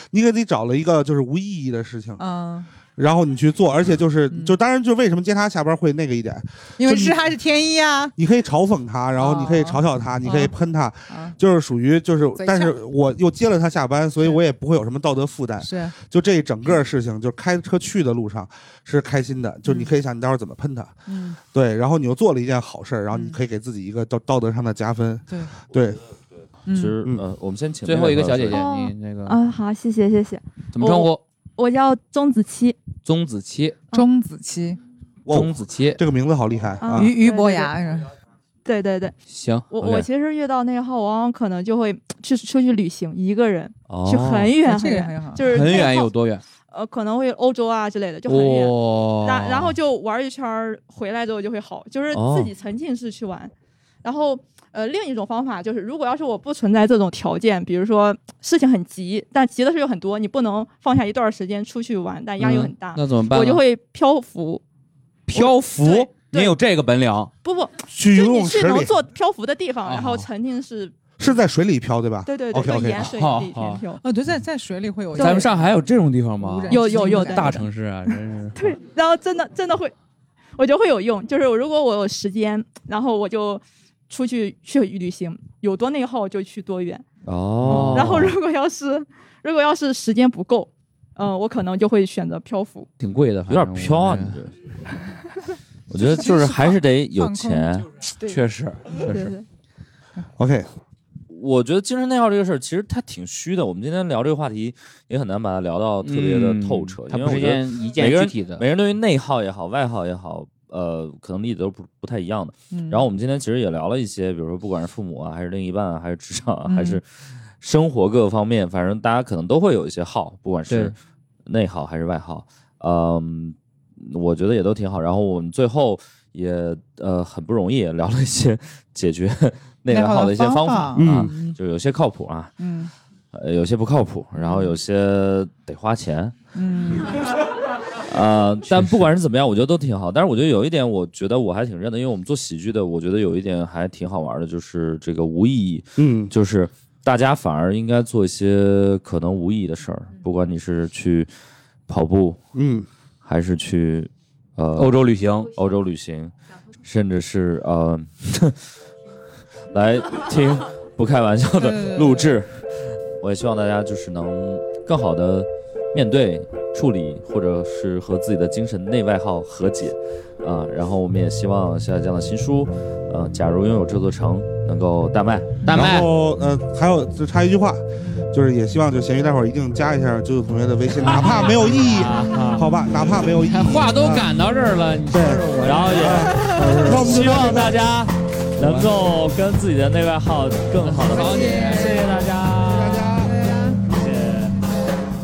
C: 你给自己找了一个就是无意义的事情，
B: 嗯，
C: 然后你去做，而且就是、
B: 嗯
C: 就当然就为什么接他下班会那个一点，
B: 因为
C: 就是
B: 还是天一啊。
C: 你可以嘲讽他，然后你可以
B: 哦
C: 嘲笑他，你可以喷他，
B: 啊，
C: 就是属于就是
B: 嘴，
C: 但
B: 欠
C: 是我又接了他下班，所以我也不会有什么道德负
A: 哎
C: 担。
B: 是
C: 就这整个事情，就开车去的路上是开心的，就你可以想你待会儿怎么喷他，
B: 嗯，
C: 对，然后你又做了一件好事儿，然后你
B: 嗯
C: 可以给自己一个道道德上的加分，
B: 对，
C: 对，
A: 其
B: 嗯
A: 实
C: 嗯
A: 呃，我们先请
D: 最后一个小姐姐，
A: 那位朋友说
D: 你那个
I: 啊，好，谢谢谢谢，
D: 怎么称呼？
I: 我叫钟子期，
D: 钟子期，
B: 钟子期、
C: 哇
D: 钟子期，
C: 这个名字好厉害啊！
I: 嗯
B: 俞俞伯牙是吧？
I: 对对对，
D: 行，
I: 我
A: OK
I: 我其实遇到内耗，往往可能就会去出去旅行，一个人
A: 哦
I: 去很远
B: 这个
I: 很远，
B: 很好。
I: 就是
D: 很
I: 内
D: 远哦
I: 耗
D: 有多远？
I: 呃，可能会欧洲啊之类的，就很远。
D: 哇，
I: 然然后就玩一圈儿，回来之后就会好，就是
A: 哦
I: 自己沉浸式去玩。然后呃，另一种方法就是，如果要是我不存在这种条件，比如说事情很急，但急的事又很多，你不能放下一段时间出去玩，但压力又很大，
D: 那怎么办呢？
I: 我就会漂浮。
D: 漂浮
I: 对，
D: 你
I: 对
D: 有这个本领？
I: 不不，
C: 去
I: 就是
C: 游
I: 你
C: 泳
I: 去
C: 池
I: 能
C: 里
I: 做漂浮的地方，然
D: 哦
I: 后沉浸式，
C: 是在水里漂对吧？
I: 对对对，
C: OK，OK
I: 就盐水
D: 好
I: 里
D: 好
I: 面漂。
B: 哦，对，在在水里会有一
D: 咱们
B: 种
D: 上海有这种地方吗
B: 无？人
I: 有
B: 机的
I: 有有
B: 感觉
D: 大城市啊，真是。
I: 对，然后真的真的会，我觉得会有用。就是我如果我有时间，然后我就出去去旅行，有多内耗就去多远。
A: 哦，
I: 然后如果要是如果要是时间不够，嗯、我可能就会选择漂浮。
D: 挺贵的，
A: 有点飘啊，你这。 我觉得就是还是得有钱。
D: 这确实确
I: 对
D: 实。
I: 对，
C: OK，
A: 我觉得精神内耗这个事儿，其实它挺虚的。我们今天聊这个话题，也很难把它聊到特别的透彻，
D: 嗯它
A: 因为
D: 不
A: 我
D: 是
A: 觉
D: 一
A: 得
D: 件一件
A: 每个
D: 具
A: 人
D: 体的
A: 每。人对于内耗也好，外耗也好，呃，可能理解都不不太一样的。
B: 嗯
A: 然后我们今天其实也聊了一些，比如说不管是父母啊，还是另一半啊，还是职场啊，
B: 嗯
A: 还是生活各个方面，反正大家可能都会有一些耗，不管
D: 对
A: 是内耗还是外耗，嗯，我觉得也都挺好。然后我们最后也呃很不容易也聊了一些解决内
B: 内耗
A: 耗
B: 的
A: 的一些
B: 方
A: 方
B: 法
A: 啊，
B: 嗯
A: 就有些靠谱啊，
B: 嗯
A: 呃有些不靠谱，然后有些得花钱。
B: 嗯
A: 呃，但不管是怎么样，我觉得都挺好。但是我觉得有一点，我觉得我还挺认的，因为我们做喜剧的，我觉得有一点还挺好玩的，就是这个无意义，
C: 嗯，
A: 就是大家反而应该做一些可能无意义的事儿，不管你是去跑步，
C: 嗯，
A: 还是去呃
D: 欧洲旅行，
A: 欧洲旅行，甚至是呃 来听不开玩笑的录制。我也希望大家就是能更好的面对、处理，或者是和自己的精神内外耗和解啊、然后我们也希望下这样的新书，呃，假如拥有这座城能够大卖。
D: 大
C: 然
D: 麦
C: 后呃，还有就插一句话，就是也希望就咸鱼待会儿一定加一下九九同学的微信，哪怕没有意义，
D: 啊，
C: 好吧，哪怕没有意义，
D: 话都赶到这儿了，你说说我，
A: 然后也
C: 那我们就
A: 希望大家能够跟自己的内外耗更好的和
D: 好
A: 解。
D: 姐，谢谢大家。